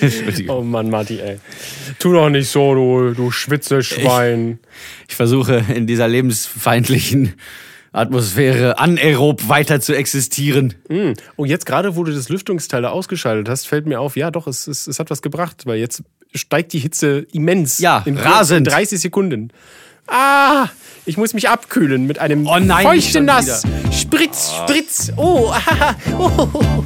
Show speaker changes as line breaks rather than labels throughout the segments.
Entschuldigung.
Oh Mann, Matti, ey. Tu doch nicht so, du, du Schwitzeschwein.
Ich versuche in dieser lebensfeindlichen Atmosphäre anaerob weiter zu existieren.
Oh, jetzt gerade, wo du das Lüftungsteil da ausgeschaltet hast, fällt mir auf, ja doch, es, es, es hat was gebracht, weil jetzt steigt die Hitze immens.
Ja,
in
rasend.
30 Sekunden. Ah, ich muss mich abkühlen mit einem
Oh nein, nicht
feuchten
schon
Nass. Spritz, Spritz. Oh, ah, oh.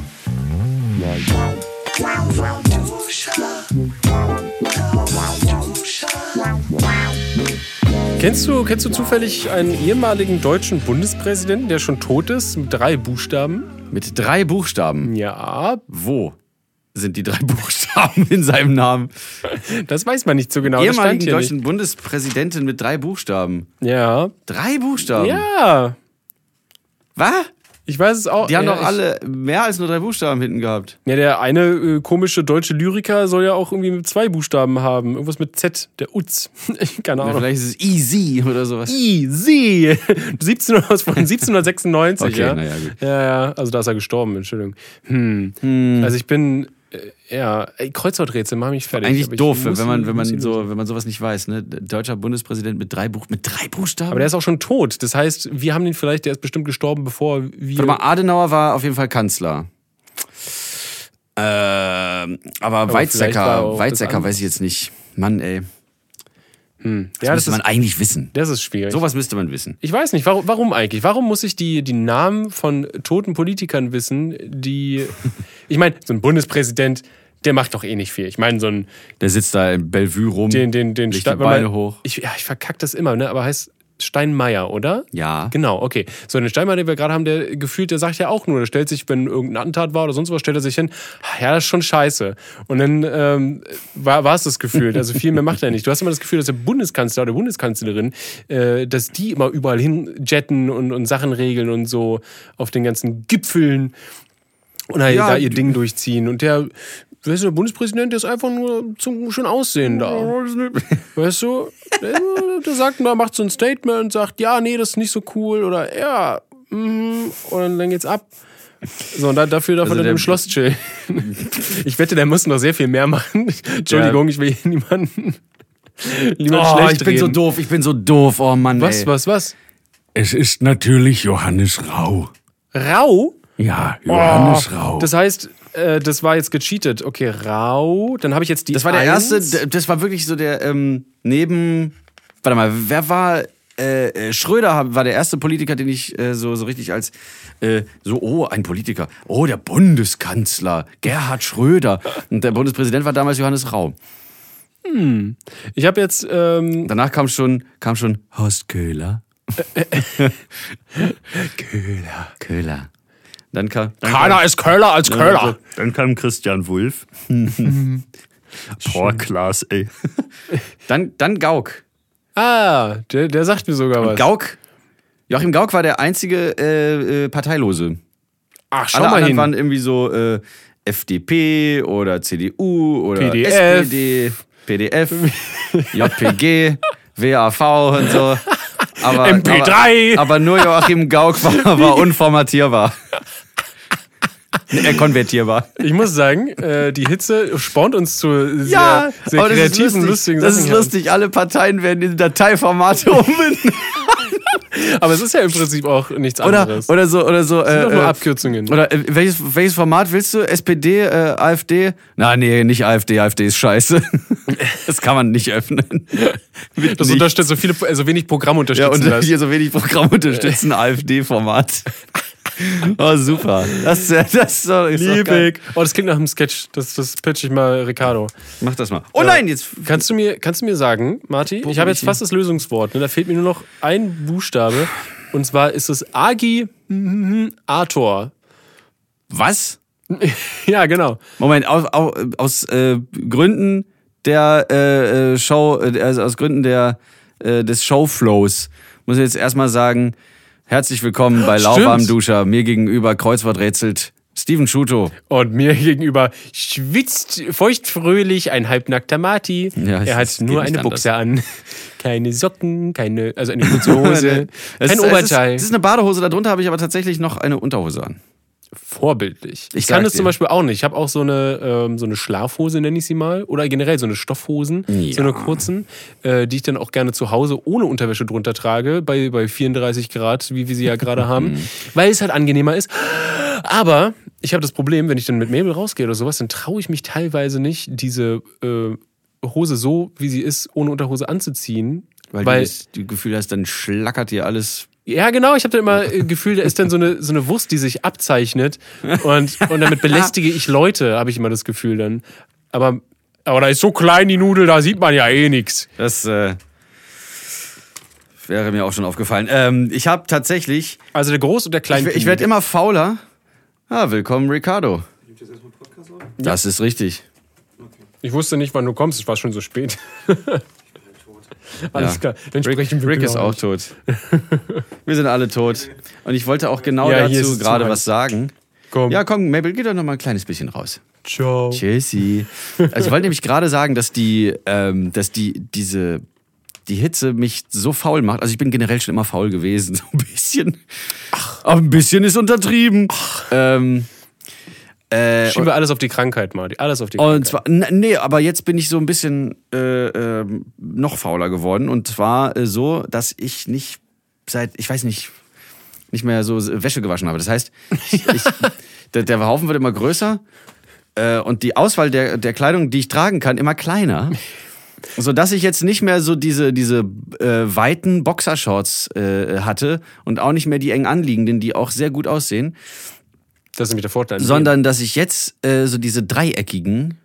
Kennst du, kennst du zufällig einen ehemaligen deutschen Bundespräsidenten, der schon tot ist, mit drei Buchstaben?
Mit drei Buchstaben.
Ja,
Wo sind die drei Buchstaben in seinem Namen?
das weiß man nicht so genau. das stand
Ehemaligen
hier nicht.
deutschen Bundespräsidentin mit drei Buchstaben.
Ja.
Drei Buchstaben?
Ja,
Was?
ich weiß es auch.
Die haben
ja,
doch
ich-
alle mehr als nur drei Buchstaben hinten gehabt.
Ja, der eine äh, komische deutsche Lyriker soll ja auch irgendwie mit zwei Buchstaben haben. Irgendwas mit Z, der Utz. Keine
Oder
Ahnung.
vielleicht ist es easy oder sowas.
Easy. 17 aus von 1796,
Okay,
ja.
na ja, gut.
Ja, ja, also da ist er gestorben, Entschuldigung. Hm. Also ich bin äh, ja, ey, Kreuzworträtsel mach mich fertig.
Eigentlich
aber ich
doof,
muss
wenn man,
ihn-
wenn
muss ihn
man
lösen.
so, wenn man sowas nicht weiß, ne? Deutscher Bundespräsident mit drei Buch, mit drei Buchstaben.
Aber der ist auch schon tot. Das heißt, wir haben den vielleicht, der ist bestimmt gestorben, bevor wir.
Warte mal, Adenauer war auf jeden Fall Kanzler. Ähm,
vielleicht war er
aber,
auch
Weizsäcker,
das
Weizsäcker
andere.
weiß ich jetzt nicht. Mann, ey.
ja, das
müsste
ist,
man eigentlich wissen.
das ist schwierig.
Sowas müsste man wissen.
Ich weiß nicht, warum, warum eigentlich? Warum muss ich die, die Namen von toten Politikern wissen, die. Ich meine, so ein Bundespräsident, der macht doch eh nicht viel. Ich meine, so ein.
Der sitzt da in Bellevue rum.
Den, den, den
legt die
Stein-
Beine
man-
hoch.
Ich, ja, ich verkack das immer, ne? Aber heißt Steinmeier, oder?
Ja.
Genau, okay. So, den Steinmeier, den wir gerade haben, der gefühlt, der sagt ja auch nur, der stellt sich, wenn irgendeine Attentat war oder sonst was, stellt er sich hin, "Ah, ja, das ist schon scheiße. Und dann ähm, war, war es das Gefühl. Also viel mehr macht er nicht. Du hast immer das Gefühl, dass der Bundeskanzler oder Bundeskanzlerin, äh, dass die immer überall hin jetten und, und Sachen regeln und so auf den ganzen Gipfeln und halt
Ja,
da ihr
die-
Ding durchziehen. Und der, weißt du, der Bundespräsident, der ist einfach nur zum schön aussehen da.
Oh,
Weißt du, der, der sagt, na, macht so ein Statement, sagt, ja, nee, das ist nicht so cool oder ja, mhm, und dann geht's ab. So, und da, dafür darf
Also
er dann
der-
im Schloss chillen. Ich wette, der muss noch sehr viel mehr machen. Entschuldigung, ich will hier niemanden, niemanden
Oh,
schlecht
ich bin so
reden.
doof, ich bin so doof, oh Mann,
Was,
ey.
was, was?
Es ist natürlich Johannes Rau.
Rau? Oh,
Ja, Johannes Rau.
Das heißt, äh, das war jetzt gecheatet. Okay, Rau, dann habe ich jetzt die
Das war der
Eins.
erste, d- das war wirklich so der, ähm, neben, warte mal, wer war, äh, äh, Schröder hab- war der erste Politiker, den ich äh, so, so richtig als, äh, so, oh, ein Politiker, oh, der Bundeskanzler, Gerhard Schröder. Und der Bundespräsident war damals Johannes Rau.
Ich habe jetzt ähm,
Danach kam schon, kam schon Horst Köhler. Köhler. Köhler. Dann kam, dann
Keiner ist Köhler als Köhler.
Dann kam Christian Wulff. Boah, Klaas, ey.
Dann, dann Gauck.
Ah, der, der sagt mir sogar was.
Gauck. Joachim Gauck war der einzige äh, äh, Parteilose.
Ach, schau
Alle
mal
anderen
hin.
waren irgendwie so äh, FDP oder CDU oder
PDF.
SPD, PDF, JPG, WAV und so. Aber,
MP3.
Aber, aber nur Joachim Gauck war, war unformatierbar. Nee, Er konvertierbar.
Ich muss sagen, äh, die Hitze spornt uns zu sehr, sehr
aber das ist
kreativen,
lustig.
lustigen
Das
Sachen.
ist
heran.
lustig. Alle Parteien werden in Dateiformate umbenennen.
Aber es ist ja im Prinzip auch nichts
Oder,
anderes.
oder so, oder so.
sind doch nur
äh, äh,
Abkürzungen. ne?
Oder äh, welches, welches Format willst du? SPD, äh, AfD? Na, nee, nicht AfD. AfD ist scheiße. das kann man nicht öffnen. Mit
das
nicht.
unterstützt so viele, also wenig Programm
ja,
unterstützen
und
das.
hier so wenig Programm unterstützen AfD-Format. Oh, super. Das, das, das, das ist doch geil.
Liebig. Oh, das klingt nach einem Sketch. Das, das pitch ich mal Ricardo.
Mach das mal. Oh nein, jetzt.
Kannst du mir, kannst du mir sagen, Marti, ich habe jetzt fast das Lösungswort. Ne? Da fehlt mir nur noch ein Buchstabe. Und zwar ist es Agi Ator.
Was?
Ja, genau.
Moment, aus, aus, aus äh, Gründen der äh, äh, Show, äh, also aus Gründen der, äh, des Showflows, muss ich jetzt erstmal sagen, herzlich willkommen bei
Stimmt.
Laubarmduscher. Mir gegenüber kreuzworträtselt Steven Schuto.
Und mir gegenüber schwitzt feuchtfröhlich ein halbnackter Marti.
Ja,
er
es
hat
geht
nur
nicht
eine
anders.
Buchse an. Keine Socken, keine, also eine kurze Hose,
Es
kein
ist- Es
Oberteil.
ist, es ist eine Badehose, darunter habe ich aber tatsächlich noch eine Unterhose an.
vorbildlich.
Ich
Ich kann
sag
das
dir.
zum Beispiel auch nicht. Ich habe auch so eine, ähm, so eine Schlafhose, nenne ich sie mal. Oder generell so eine Stoffhosen, so eine kurzen, äh, die ich dann auch gerne zu Hause ohne Unterwäsche drunter trage, bei, bei 34 Grad, wie wir sie ja gerade haben,
Mhm.
weil es halt angenehmer ist. Aber ich habe das Problem, wenn ich dann mit Mabel rausgehe oder sowas, dann traue ich mich teilweise nicht, diese äh, Hose so, wie sie ist, ohne Unterhose anzuziehen.
Weil, du das du Gefühl hast, dann schlackert dir alles.
Ja, genau. Ich habe da immer äh, Gefühl, da ist dann so eine, so eine Wurst, die sich abzeichnet. Und, und damit belästige ich Leute, habe ich immer das Gefühl dann. Aber, aber da ist so klein die Nudel, da sieht man ja eh nix.
Das äh, wäre mir auch schon aufgefallen. Ähm, ich habe tatsächlich,
Also der groß und der kleine.
ich, ich werde immer fauler. Ah, willkommen, Ricardo. Das ist richtig.
ich wusste nicht, wann du kommst. Es war schon so spät. Alles
Ja.
klar. Dann
Rick,
sprechen wir
Rick ist
genau.
auch tot. Wir sind alle tot. Und ich wollte auch genau
Ja, hier ist
dazu
es zu
gerade
heiß. Um
was sagen.
Komm.
Ja, komm, Mabel, geh doch noch mal ein kleines bisschen raus.
Ciao.
Tschüssi. Also ich wollte nämlich gerade sagen, dass die, ähm, dass die, diese, die Hitze mich so faul macht. Also ich bin generell schon immer faul gewesen, so ein bisschen. Ach. Aber ein bisschen ist untertrieben. Ähm, äh,
Schieben wir alles auf die Krankheit, Marty. Alles auf die Krankheit.
und zwar, n- nee, aber jetzt bin ich so ein bisschen äh, ähm, noch fauler geworden. Und zwar äh, so, dass ich nicht seit, ich weiß nicht, nicht mehr so Wäsche gewaschen habe. Das heißt, ich, ich, der, der Haufen wird immer größer äh, und die Auswahl der, der Kleidung, die ich tragen kann, immer kleiner. So dass ich jetzt nicht mehr so diese, diese äh, weiten Boxershorts äh, hatte und auch nicht mehr die eng anliegenden, die auch sehr gut aussehen
Das ist nämlich der Vorteil.
sondern dass ich jetzt äh, so diese dreieckigen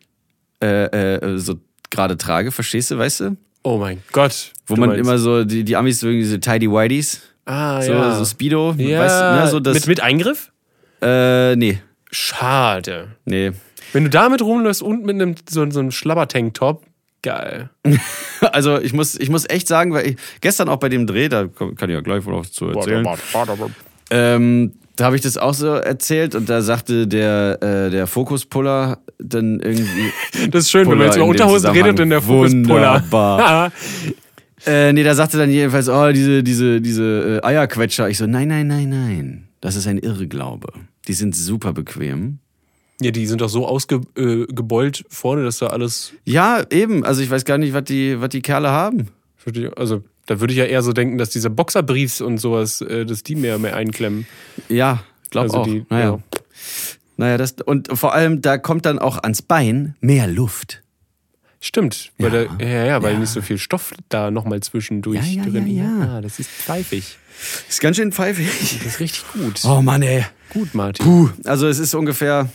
äh, äh, so gerade trage, verstehst du, weißt du?
Oh mein Gott.
Wo man immer so, die, die Amis so irgendwie diese Tidy Whiteys,
Ah,
so,
ja.
so Speedo,
ja.
weißt du, ne, so das,
mit, mit Eingriff?
äh, nee,
Schade.
nee.
Wenn du damit rumläufst und mit einem so, so einem Schlabbertank-Top, geil.
Also ich muss, ich muss echt sagen, weil ich, gestern auch bei dem Dreh, da komm- kann ich ja gleich wohl auch zu erzählen, ähm, da habe ich das auch so erzählt und da sagte der, äh, der Fokuspuller dann irgendwie...
Das ist schön, wenn man jetzt über
Puller in dem
Unterhosen redet und der Fokus
Zusammenhang.
Puller.
Wunderbar. Äh, nee, da sagte dann jedenfalls, oh, diese, diese, diese äh, Eierquetscher. Ich so, nein, nein, nein, nein. Das ist ein Irrglaube. Die sind super bequem.
ja, die sind doch so ausgebeult äh, gebeult vorne, dass da alles.
Ja, eben. Also ich weiß gar nicht, was die, was die Kerle haben.
Also, da würde ich ja eher so denken, dass diese Boxerbriefs und sowas, äh, dass die mehr, mehr einklemmen.
Ja, glaub
Also
auch.
die-
naja.
ja.
Naja, das, und vor allem, da kommt dann auch ans Bein mehr Luft.
Stimmt, weil,
Ja.
Da, ja, ja, weil nicht so viel Stoff da nochmal zwischendurch
Ja, ja,
drin Ah,
ja, ja.
das ist pfeifig.
Ist ganz schön pfeifig.
Das ist richtig gut.
Oh Mann, ey.
Gut, Martin.
Puh. Also es ist ungefähr.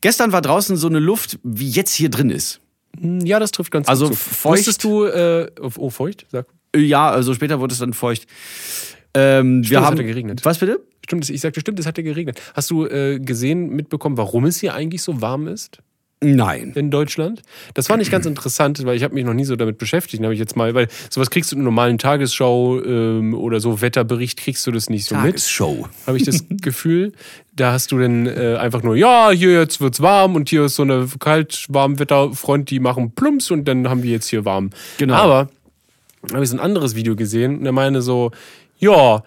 Gestern war draußen so eine Luft, wie jetzt hier drin ist.
Ja, das trifft ganz
Also
gut. zu.
feucht-
Wusstest du, äh, oh, feucht? Sag.
Ja, also später wurde es dann feucht. Ähm, wir
es
haben,
hatte geregnet.
Was bitte?
Stimmt, ich sagte, stimmt, es hatte geregnet. Hast du äh, gesehen, mitbekommen, warum es hier eigentlich so warm ist
Nein.
in Deutschland? Das war nicht ganz interessant, weil ich habe mich noch nie so damit beschäftigt. Habe ich jetzt mal, weil sowas kriegst du in einer normalen Tagesschau ähm, oder so Wetterbericht kriegst du das nicht so mit.
Show.
Habe ich das Gefühl, da hast du dann äh, einfach nur, ja, hier jetzt wird's warm und hier ist so eine kalt-warmwetterfront, die machen Plumps und dann haben wir jetzt hier warm.
Genau.
Aber habe ich so ein anderes Video gesehen und er meine so, ja,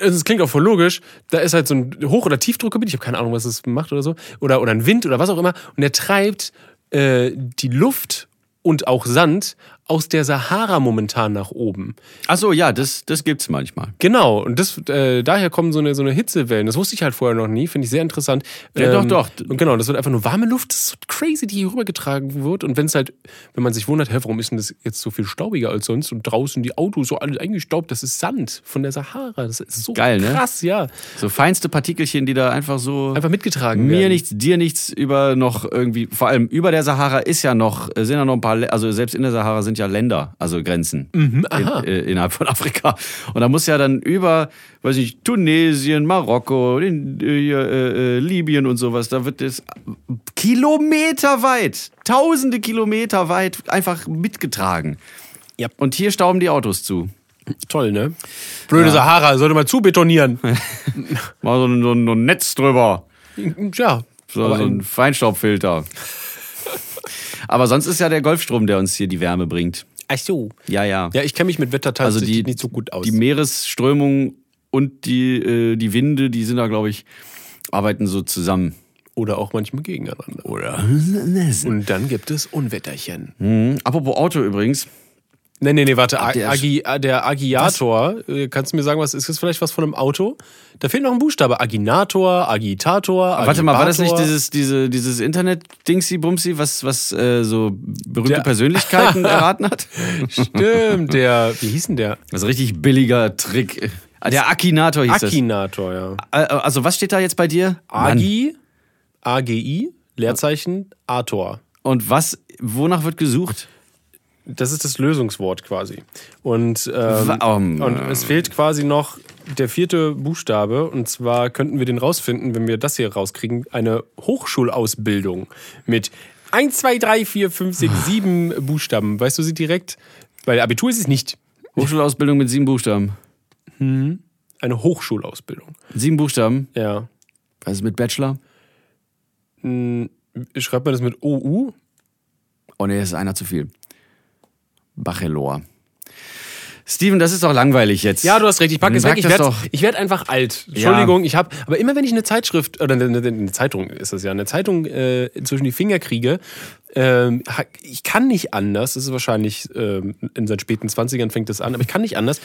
also es klingt auch voll logisch, da ist halt so ein Hoch- oder Tiefdruckgebiet, ich habe keine Ahnung, was das macht oder so, oder, oder ein Wind oder was auch immer, und der treibt äh, die Luft und auch Sand aus der Sahara momentan nach oben.
Achso, ja, das, das gibt's manchmal.
Genau, und das, äh, daher kommen so eine, so eine Hitzewellen. Das wusste ich halt vorher noch nie, finde ich sehr interessant.
Ja, doch, doch.
Und genau, das wird einfach nur warme Luft, das ist so crazy, die hier rübergetragen wird. Und wenn es halt, wenn man sich wundert, hä, warum ist denn das jetzt so viel staubiger als sonst und draußen die Autos so alle eingestaubt, das ist Sand von der Sahara. Das ist so
Geil, ne?
krass, ja.
So feinste Partikelchen, die da einfach so.
Einfach mitgetragen
mir
werden.
nichts, dir nichts über noch irgendwie, vor allem über der Sahara ist ja noch, äh, sind ja noch ein paar, Lä- also selbst in der Sahara sind ja Länder, also Grenzen
Mhm,
in, äh, innerhalb von Afrika. Und da muss ja dann über, weiß ich, Tunesien, Marokko, den, äh, hier, äh, äh, Libyen und sowas, da wird es kilometerweit, tausende Kilometer weit einfach mitgetragen.
Ja.
Und hier stauben die Autos zu.
Toll, ne? Blöde Sahara, sollte man zubetonieren.
Mal so ein, so ein so ein Netz drüber.
ja.
So,
Aber
so ein Feinstaubfilter. Aber sonst ist ja der Golfstrom, der uns hier die Wärme bringt.
Ach so.
Ja, ja.
Ja, ich kenne mich mit Wetter
also
tatsächlich
die,
nicht so gut aus.
die Meeresströmung und die, äh, die Winde, die sind da, glaube ich, arbeiten so zusammen.
Oder auch manchmal gegeneinander.
Oder?
Und dann gibt es Unwetterchen.
Mhm. Apropos Auto übrigens.
Nee, nee, nee, warte. A
ihr-
Agi, A- der Agiator, äh, kannst du mir sagen, was ist das vielleicht was von einem Auto? Da fehlt noch ein Buchstabe. Aginator, Agitator, Agibator.
Warte mal, war das nicht dieses, diese, dieses Internet-Dingsi-Bumsi, was, was äh, so berühmte
Der-
Persönlichkeiten erraten hat?
Stimmt, der, wie hieß denn der?
Das ist ein richtig billiger Trick. Ah, Der Akinator hieß
Akinator, ja.
das. Äh, Also was steht da jetzt bei dir? Mann.
Agi, AGI, Leerzeichen, Ator.
Und was, wonach wird gesucht?
Das ist das Lösungswort quasi. Und, ähm,
Warum?
und es fehlt quasi noch der vierte Buchstabe. Und zwar könnten wir den rausfinden, wenn wir das hier rauskriegen, eine Hochschulausbildung mit 1, 2, 3, 4, 5, 6, 7 Buchstaben. Weißt du sie direkt? Weil Abitur ist es nicht.
Hochschulausbildung mit sieben Buchstaben.
Eine Hochschulausbildung.
Sieben Buchstaben.
Ja.
Was ist mit Bachelor?
Schreibt man das mit OU?
Oh nee, das ist einer zu viel. Bachelor. Steven, das ist doch langweilig jetzt.
Ja, du hast recht, ich packe es
Dann
weg. Ich
pack das
werde
doch.
ich werd einfach alt. Entschuldigung, ich habe, aber immer wenn ich eine Zeitschrift, oder eine, eine, eine Zeitung ist das ja, eine Zeitung äh, zwischen die Finger kriege, ähm, ha- ich kann nicht anders, das ist wahrscheinlich ähm, in seinen späten 20ern fängt das an, aber ich kann nicht anders.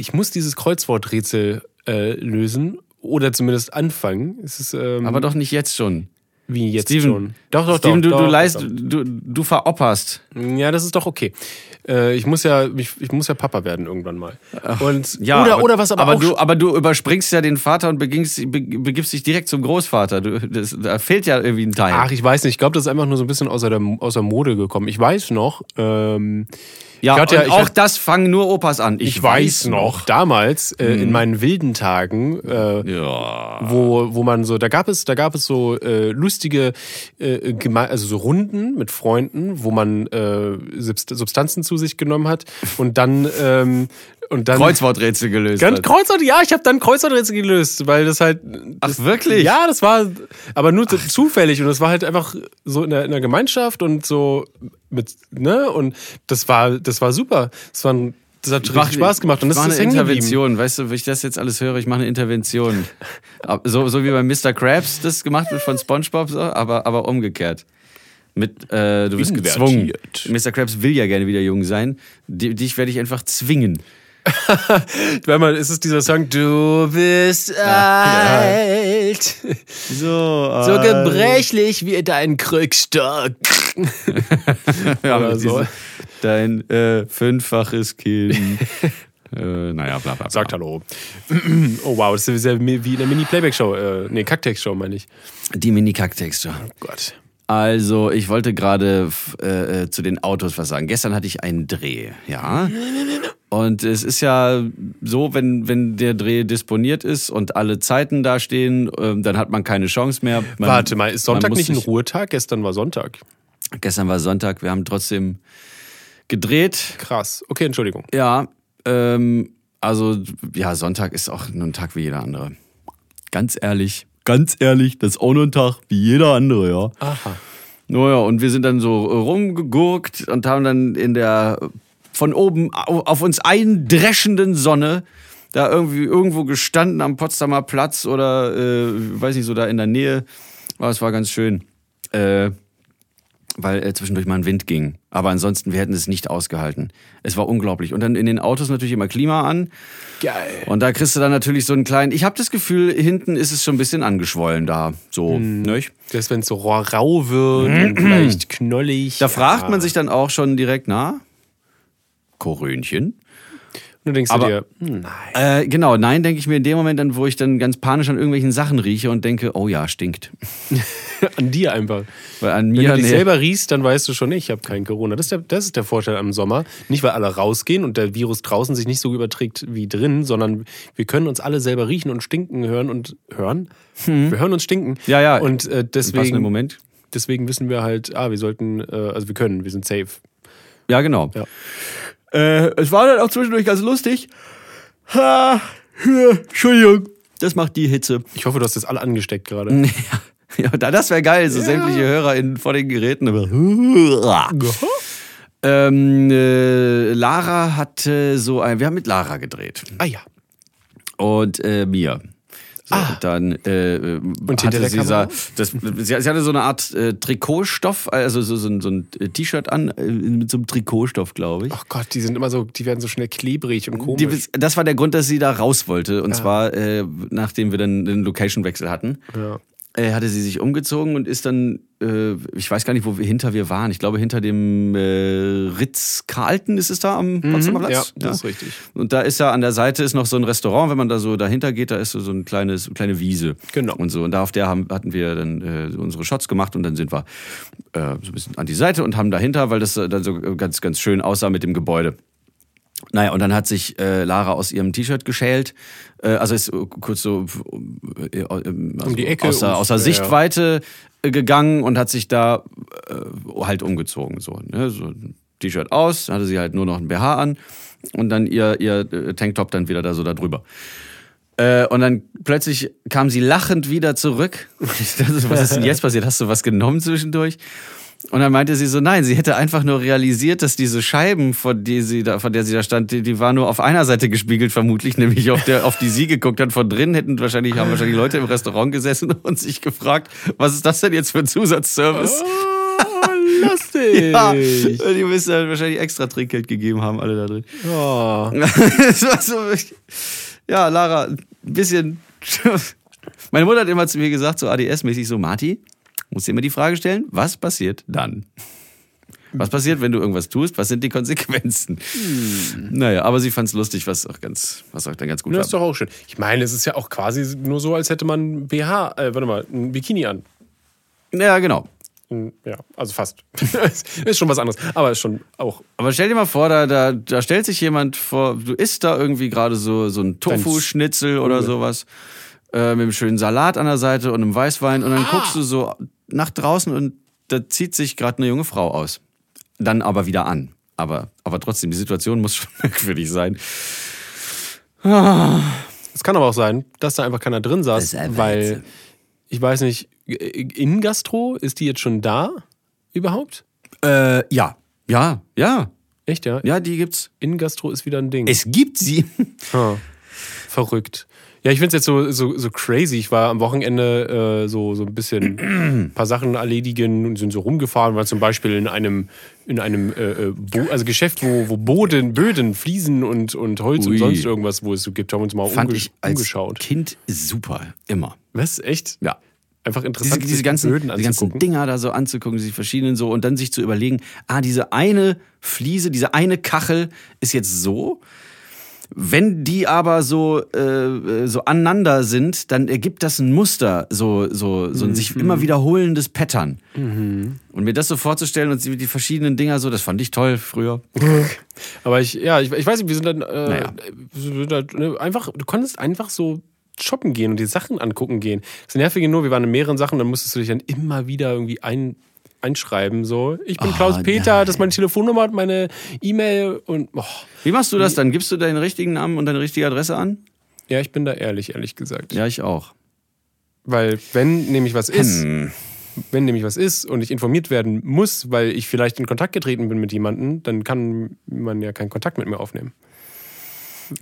Ich muss dieses Kreuzworträtsel äh, lösen oder zumindest anfangen. Es ist ähm,
Aber doch nicht jetzt schon.
wie jetzt
Steven,
schon. Doch, doch,
Steven,
doch,
du,
doch,
du,
doch,
leist, du, du veropperst.
Ja, das ist doch okay. Äh, ich muss ja, ich, ich muss ja Papa werden irgendwann mal. Und
Ja,
oder oder was aber, auch
du, aber du überspringst ja den Vater und begingst, be, begibst dich direkt zum Großvater. Du, das, da fehlt ja irgendwie ein Teil.
Ach, ich weiß nicht. Ich glaube, das ist einfach nur so ein bisschen außer der, aus der Mode gekommen. Ich weiß noch, ähm,
ja,
ich hatte-
und
ich
auch
hatte-
das fangen nur Opas an. Ich,
damals äh, in meinen wilden Tagen, äh,
Mhm. Ja.
wo, wo man so, da gab es, da gab es so äh, lustige, äh, geme- also so Runden mit Freunden, wo man äh, Subst- Substanzen zu sich genommen hat und dann ähm, und dann
Kreuzworträtsel gelöst.
Ganz
hat.
Kreuzwort, ja, ich habe dann Kreuzworträtsel gelöst, weil das halt. Das,
wirklich?
Ja, das war aber nur so zufällig und das war halt einfach so in der, in der Gemeinschaft und so mit, ne? Und das war, das war super. Das, war, ein- das hat richtig Spaß gemacht und das
ich
ist
mache
das
eine
hängen geblieben.
Intervention. Weißt du, wenn ich das jetzt alles höre, ich mache eine Intervention. Ab- so, so wie bei Mr. Krabs das gemacht wird von SpongeBob, so, aber, aber umgekehrt. Mit, äh, du wirst gezwungen.
Invertiert.
Mr. Krabs will ja gerne wieder jung sein. Di- Dich werde ich einfach zwingen.
Weil man, ist es dieser Song, du bist alt,
So,
so gebrechlich wie dein Krückstock.
Ja,
Oder
mit
so.
diesem- Dein äh, fünffaches Kind. äh, naja, bla bla bla.
Sagt Hallo. Oh wow, das ist ja wie in der Mini-Playback-Show. Äh, nee, Kacktext-Show meine ich.
Die Mini-Kack-Textur.
Gott.
Also, ich wollte gerade f- äh, äh, zu den Autos was sagen. Gestern hatte ich einen Dreh, ja. Und es ist ja so, wenn, wenn der Dreh disponiert ist und alle Zeiten da stehen, ähm, dann hat man keine Chance mehr. Man,
Warte mal, ist
man
Sonntag
muss
nicht ein
sich-
Ruhetag? Gestern war Sonntag.
Gestern war Sonntag, wir haben trotzdem gedreht.
Krass. Okay, Entschuldigung.
Ja, ähm, also ja, Sonntag ist auch nur ein Tag wie jeder andere. Ganz ehrlich. Ganz ehrlich, das ist auch nur ein Tag wie jeder andere, ja.
Aha.
Naja, und wir sind dann so rumgegurkt und haben dann in der von oben au- auf uns eindreschenden Sonne da irgendwie irgendwo gestanden am Potsdamer Platz oder äh, weiß nicht, so da in der Nähe. Aber es war ganz schön. Äh, weil äh, zwischendurch mal ein Wind ging. Aber ansonsten, wir hätten es nicht ausgehalten. Es war unglaublich. Und dann in den Autos natürlich immer Klima an.
Geil.
Und da kriegst du dann natürlich so einen kleinen. Ich habe das Gefühl, hinten ist es schon ein bisschen angeschwollen da. So,
Hm.
nicht?
Das, wenn es so rau- rau wird und leicht knollig.
Mhm. Da fragt man sich dann auch schon direkt, na? Korönchen?
Nur denkst du
aber-
dir, hm, nein.
Äh, genau, nein, denke ich mir in dem Moment dann, wo ich dann ganz panisch an irgendwelchen Sachen rieche und denke, oh ja, stinkt.
An dir einfach.
Weil an
Wenn
mir
du dich
nee.
selber riechst, dann weißt du schon, ich habe kein Corona. Das ist, der, das ist der Vorteil am Sommer. Nicht, weil alle rausgehen und der Virus draußen sich nicht so überträgt wie drin, sondern wir können uns alle selber riechen und stinken hören und hören. Wir hören uns stinken.
Hm. Ja, ja.
Und äh,
was im
deswegen,
Moment?
deswegen wissen wir halt, ah, wir sollten, äh, also wir können, wir sind safe.
Ja, genau.
Ja.
Äh, es war dann auch zwischendurch ganz lustig. Ha, hö, Entschuldigung. Das macht die Hitze.
Ich hoffe, du hast das alle angesteckt gerade.
Ja, da- das wäre geil, so sämtliche Hörer in, vor den Geräten. Aber, ähm, äh, Lara hatte so ein, wir haben mit Lara gedreht.
Ah ja.
und äh, mir. So, und dann äh, äh,
Ah. hinter
hatte
der
sie,
Kamera?
sa- das, sie, sie hatte so eine Art äh, Trikotstoff, also so, so, ein- so ein äh, T-Shirt an äh, mit so einem Trikotstoff, glaube ich.
Oh Gott, die sind immer so, die werden so schnell klebrig und komisch.
Die, das war der Grund, dass sie da raus wollte.
Ah.
Und zwar, äh, nachdem wir dann den Location-Wechsel hatten, äh, hatte sie sich umgezogen und ist dann, äh, ich weiß gar nicht, wo wir, hinter wir waren. Ich glaube, hinter dem äh, Ritz-Carlton ist es da am Potsdamer
Mhm. ja,
Platz.
das ist richtig.
Und da ist ja an der Seite ist noch so ein Restaurant. Wenn man da so dahinter geht, da ist so, so ein kleines, kleine Wiese.
Genau.
Und so. Und da auf der haben, hatten wir dann äh, unsere Shots gemacht und dann sind wir äh, so ein bisschen an die Seite und haben dahinter, weil das äh, dann so ganz, ganz schön aussah mit dem Gebäude. Naja, und dann hat sich äh, Lara aus ihrem T-Shirt geschält. Äh, also ist äh, kurz so äh, äh, also um
die Ecke,
Aus der,
um-
aus der
ja, ja.
Sichtweite äh, gegangen und hat sich da äh, halt umgezogen. So, ne? so ein T-Shirt aus, hatte sie halt nur noch ein BH an und dann ihr, ihr äh, Tanktop dann wieder da so da drüber. Äh, und dann plötzlich kam sie lachend wieder zurück. Und ich dachte, so, was ist denn jetzt passiert? Hast du was genommen zwischendurch? Und dann meinte sie so, nein, sie hätte einfach nur realisiert, dass diese Scheiben, von, die sie da, von der sie da stand, die, die war nur auf einer Seite gespiegelt, vermutlich, nämlich auf, der, auf die sie geguckt hat. Von drin hätten wahrscheinlich, haben wahrscheinlich Leute im Restaurant gesessen und sich gefragt, was ist das denn jetzt für ein Zusatzservice? Ah,
Oh, lustig.
Ja, die müssen dann wahrscheinlich extra Trinkgeld gegeben haben, alle da drin.
Oh.
Es war so, ja, Lara, ein bisschen. Meine Mutter hat immer zu mir gesagt, so ADS-mäßig, so, Marti, musst dir immer die Frage stellen, was passiert dann? Was passiert, wenn du irgendwas tust? Was sind die Konsequenzen? Naja, aber sie fand es lustig, was auch ganz, was auch dann ganz gut
Das
war.
ist doch auch schön. Ich meine, es ist ja auch quasi nur so, als hätte man ein BH, äh, warte mal, ein Bikini an.
Ja, genau.
Ein- Ja, also fast. ist schon was anderes, aber ist schon auch
Aber stell dir mal vor, da, da, da stellt sich jemand vor, du isst da irgendwie gerade so, so ein Tofu-Schnitzel oder sowas äh, mit einem schönen Salat an der Seite und einem Weißwein und dann guckst du so nach draußen und da zieht sich gerade eine junge Frau aus. Dann aber wieder an. Aber, aber trotzdem, die Situation muss schon merkwürdig sein.
Es kann aber auch sein, dass da einfach keiner drin
Das ist
saß,
einfach
weil
Wahnsinn.
ich weiß nicht, in Gastro ist die jetzt schon da überhaupt?
Äh, ja. Ja, ja.
Echt ja?
Ja, die gibt's.
In Gastro ist wieder ein Ding.
Es gibt sie.
Ha. Verrückt. Ja, ich find's jetzt so, so, so crazy. Ich war am Wochenende äh, so, so ein bisschen ein paar Sachen erledigen und sind so rumgefahren, weil zum Beispiel in einem, in einem äh, äh, Bo also Geschäft, wo, wo Boden, Böden, Fliesen und, und Holz
Ui.
und sonst irgendwas, wo es so gibt, haben wir uns mal
Fand
umge
ich als
umgeschaut.
Kind super. Immer.
Was? Echt?
Ja.
Einfach
diese,
interessant, sich
diese
die
ganzen,
Böden
die ganzen
anzugucken.
Dinger da so anzugucken, diese verschiedenen so und dann sich zu überlegen, ah, diese eine Fliese, diese eine Kachel ist jetzt so. Wenn die aber so, äh, äh, so aneinander sind, dann ergibt das ein Muster, so, so, so ein sich immer wiederholendes Pattern. Und mir das so vorzustellen und die die verschiedenen Dinger so, das fand ich toll früher.
Aber ich, ja, ich, ich weiß nicht, wir sind dann, äh,
Naja.
wir sind dann ne, einfach, du konntest einfach so shoppen gehen und die Sachen angucken gehen. Das Nervige nur, wir waren in mehreren Sachen, dann musstest du dich dann immer wieder irgendwie ein, einschreiben, so. Ich bin
Oh,
Klaus Peter,
nein.
das ist meine Telefonnummer, meine E-Mail und, oh,
Wie machst du das dann? Gibst du deinen richtigen Namen und deine richtige Adresse an?
ja, ich bin da ehrlich, ehrlich gesagt.
Ja, ich auch.
Weil, wenn nämlich was ist,
Hm.
wenn nämlich was ist und ich informiert werden muss, weil ich vielleicht in Kontakt getreten bin mit jemandem, dann kann man ja keinen Kontakt mit mir aufnehmen.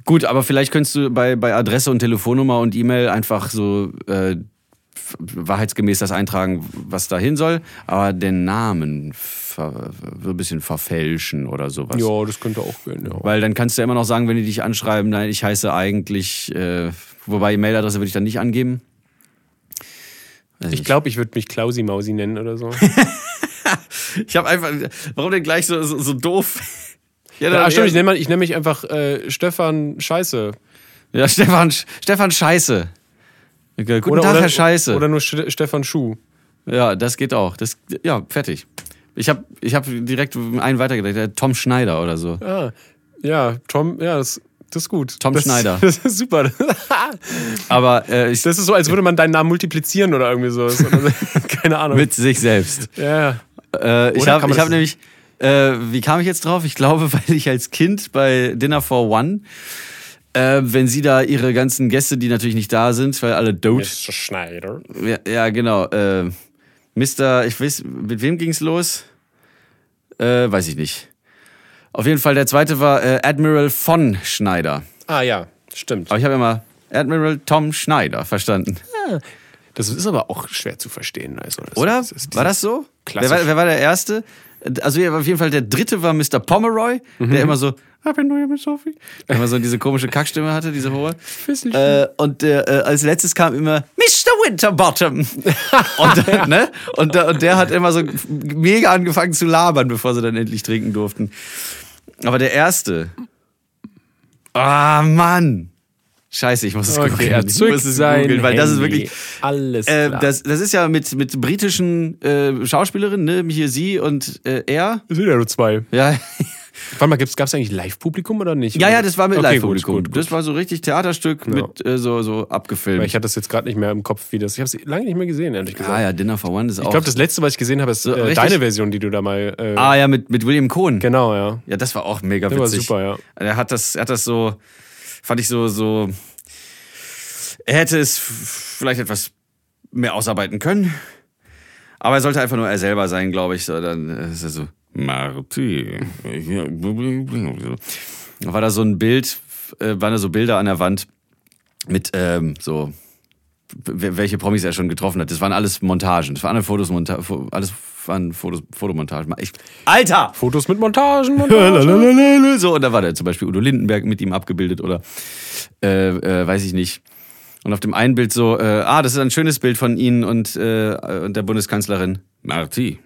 Gut, aber vielleicht könntest du bei, bei Adresse und Telefonnummer und E-Mail einfach so äh, f- wahrheitsgemäß das eintragen, was da hin soll, aber den Namen ver, so ein bisschen verfälschen oder sowas.
Ja, das könnte auch gehen, ja.
Weil dann kannst du ja immer noch sagen, wenn die dich anschreiben, nein, ich heiße eigentlich, äh, wobei E-Mail-Adresse würde ich dann nicht angeben. Weiß
Ich
nicht.
glaube, ich würde mich Klausi Mausi nennen oder so. Äh,
ich habe einfach, warum denn gleich so, so, so doof? ja,
Ja,
dann
stimmt, ich
eher-
nenne mal- ich nenn mich einfach äh, Stefan Scheiße.
ja Stefan, Sch- Stefan Scheiße. Okay, Guten Tag, Herr Scheiße.
Oder nur Sch Stefan Schuh.
Ja, das geht auch. Das, ja, fertig. Ich habe ich hab direkt einen weitergedacht, der Tom Schneider oder so.
Ah, ja, Tom, ja, das, das ist gut.
Tom
das,
Schneider.
Das ist super.
Aber äh, ich,
Das ist so, als würde man deinen Namen multiplizieren oder irgendwie so. Das- oder so. Keine Ahnung.
mit sich selbst.
ja,
Äh, ich
Oder kann
habe
man
ich
das-
hab nämlich, äh, wie kam ich jetzt drauf? Ich glaube, weil ich als Kind bei Dinner for One, äh, wenn sie da ihre ganzen Gäste, die natürlich nicht da sind, weil alle dote,
Mr. Schneider.
Ja, ja genau. Äh, Mr., ich weiß, mit wem ging's los? Äh, weiß ich nicht. Auf jeden Fall, der zweite war äh, Admiral von Schneider.
Ah ja, stimmt.
Aber ich habe immer Admiral Tom Schneider verstanden.
Das ist aber auch schwer zu verstehen. Also, das
Oder?
Ist, ist
war das so? Wer
klassisch.
war, wer war der Erste? Also ja, auf jeden Fall der Dritte war Mr. Pomeroy,
Mhm.
der immer so, "Ah, ich bin nur mit Sophie. Der immer so diese komische Kackstimme hatte, diese hohe.
weiß nicht.
Äh, und der, äh, als letztes kam immer Mr. Winterbottom. und, dann, ne? und, da- und der hat immer so mega angefangen zu labern, bevor sie dann endlich trinken durften. Aber der Erste. Ah, Mann. Scheiße, ich muss es
Okay,
googeln. Ich
erzückt
muss es
sein.
googeln, weil das ist
Handy.
wirklich,
Alles
äh,
klar.
das, das ist ja mit, mit britischen äh, Schauspielerinnen, ne? Hier sie und äh, er.
Das sind ja nur zwei.
Ja.
Warte mal, gab es eigentlich Live-Publikum oder nicht?
ja, ja, das war mit
Okay,
Live-Publikum.
Gut, gut, gut.
Das war so richtig Theaterstück mit äh, so, so
Weil
abgefilmt.
Ich hatte das jetzt gerade nicht mehr im Kopf, wie das. Ich habe es lange nicht mehr gesehen, ehrlich gesagt.
ah ja, Dinner for One ist auch.
Ich glaube, das letzte, was ich gesehen habe, ist äh,
richtig?
deine Version, die du da mal. Äh,
ah ja, mit, mit William Cohen.
Genau, ja.
Ja, das war auch mega
Der
witzig.
war super, ja.
Er hat das, er hat das so, fand ich so, so. Er hätte es f- vielleicht etwas mehr ausarbeiten können. Aber er sollte einfach nur er selber sein, glaube ich. So, dann äh, ist er so, Marty. ja, Da war da so ein Bild, äh, waren da so Bilder an der Wand mit ähm, so w- welche Promis er schon getroffen hat. Das waren alles Montagen. Das waren alle Fotos, Monta Fo- alles waren Fotos, Fotomontagen. Ich, Alter!
Fotos mit Montagen. Montagen.
Lalalala. So, und da war der zum Beispiel Udo Lindenberg mit ihm abgebildet oder äh, äh, weiß ich nicht. Und auf dem einen Bild so, äh, ah, das ist ein schönes Bild von Ihnen und, äh, und der Bundeskanzlerin. Marti.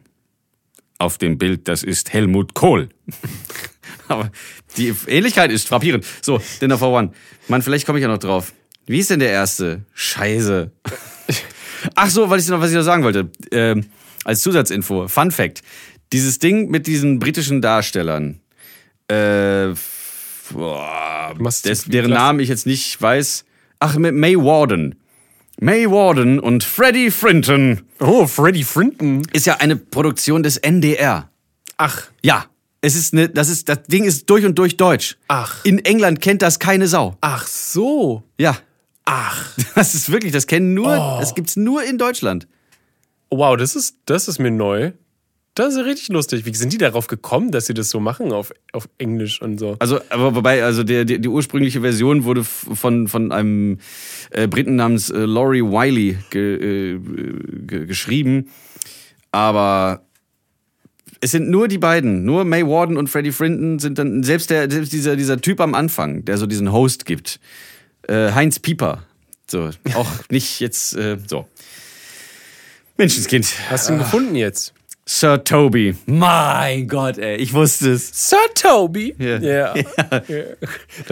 Auf dem Bild, das ist Helmut Kohl. Aber die Ähnlichkeit ist frappierend. So, Dinner for One. Mann, vielleicht komme ich ja noch drauf. Wie ist denn der erste? Scheiße. Ach so, weil ich noch, was ich noch sagen wollte. Ähm, als Zusatzinfo, Fun Fact. Dieses Ding mit diesen britischen Darstellern, äh, boah,
machst
des,
zu viel
deren
Platz.
Namen ich jetzt nicht weiß. Ach, mit May Warden. May Warden und Freddie Frinton
Oh, Freddy Frinton.
ist ja eine Produktion des NDR.
Ach,
Ja, es ist ne, das ist das Ding ist durch und durch deutsch.
Ach.
In England kennt das keine Sau.
ach so.
Ja,
Ach.
das ist wirklich, das kennen nur, das gibt's nur in Deutschland.
Wow, das ist, das ist mir neu. Das ist ja richtig lustig. Wie sind die darauf gekommen, dass sie das so machen auf, auf Englisch und so?
Also, aber wobei, also der, die, die ursprüngliche Version wurde f- von, von einem äh, Briten namens äh, Laurie Wiley ge, äh, ge, geschrieben. Aber es sind nur die beiden, nur May Warden und Freddie Frinton sind dann, selbst, der, selbst dieser, dieser Typ am Anfang, der so diesen Host gibt, äh, Heinz Pieper. So, auch nicht jetzt, äh, so. Menschenskind.
Hast du ihn gefunden jetzt?
Sir Toby. Mein Gott, ey, ich wusste es.
Sir Toby.
Ja.
Ja. Das muss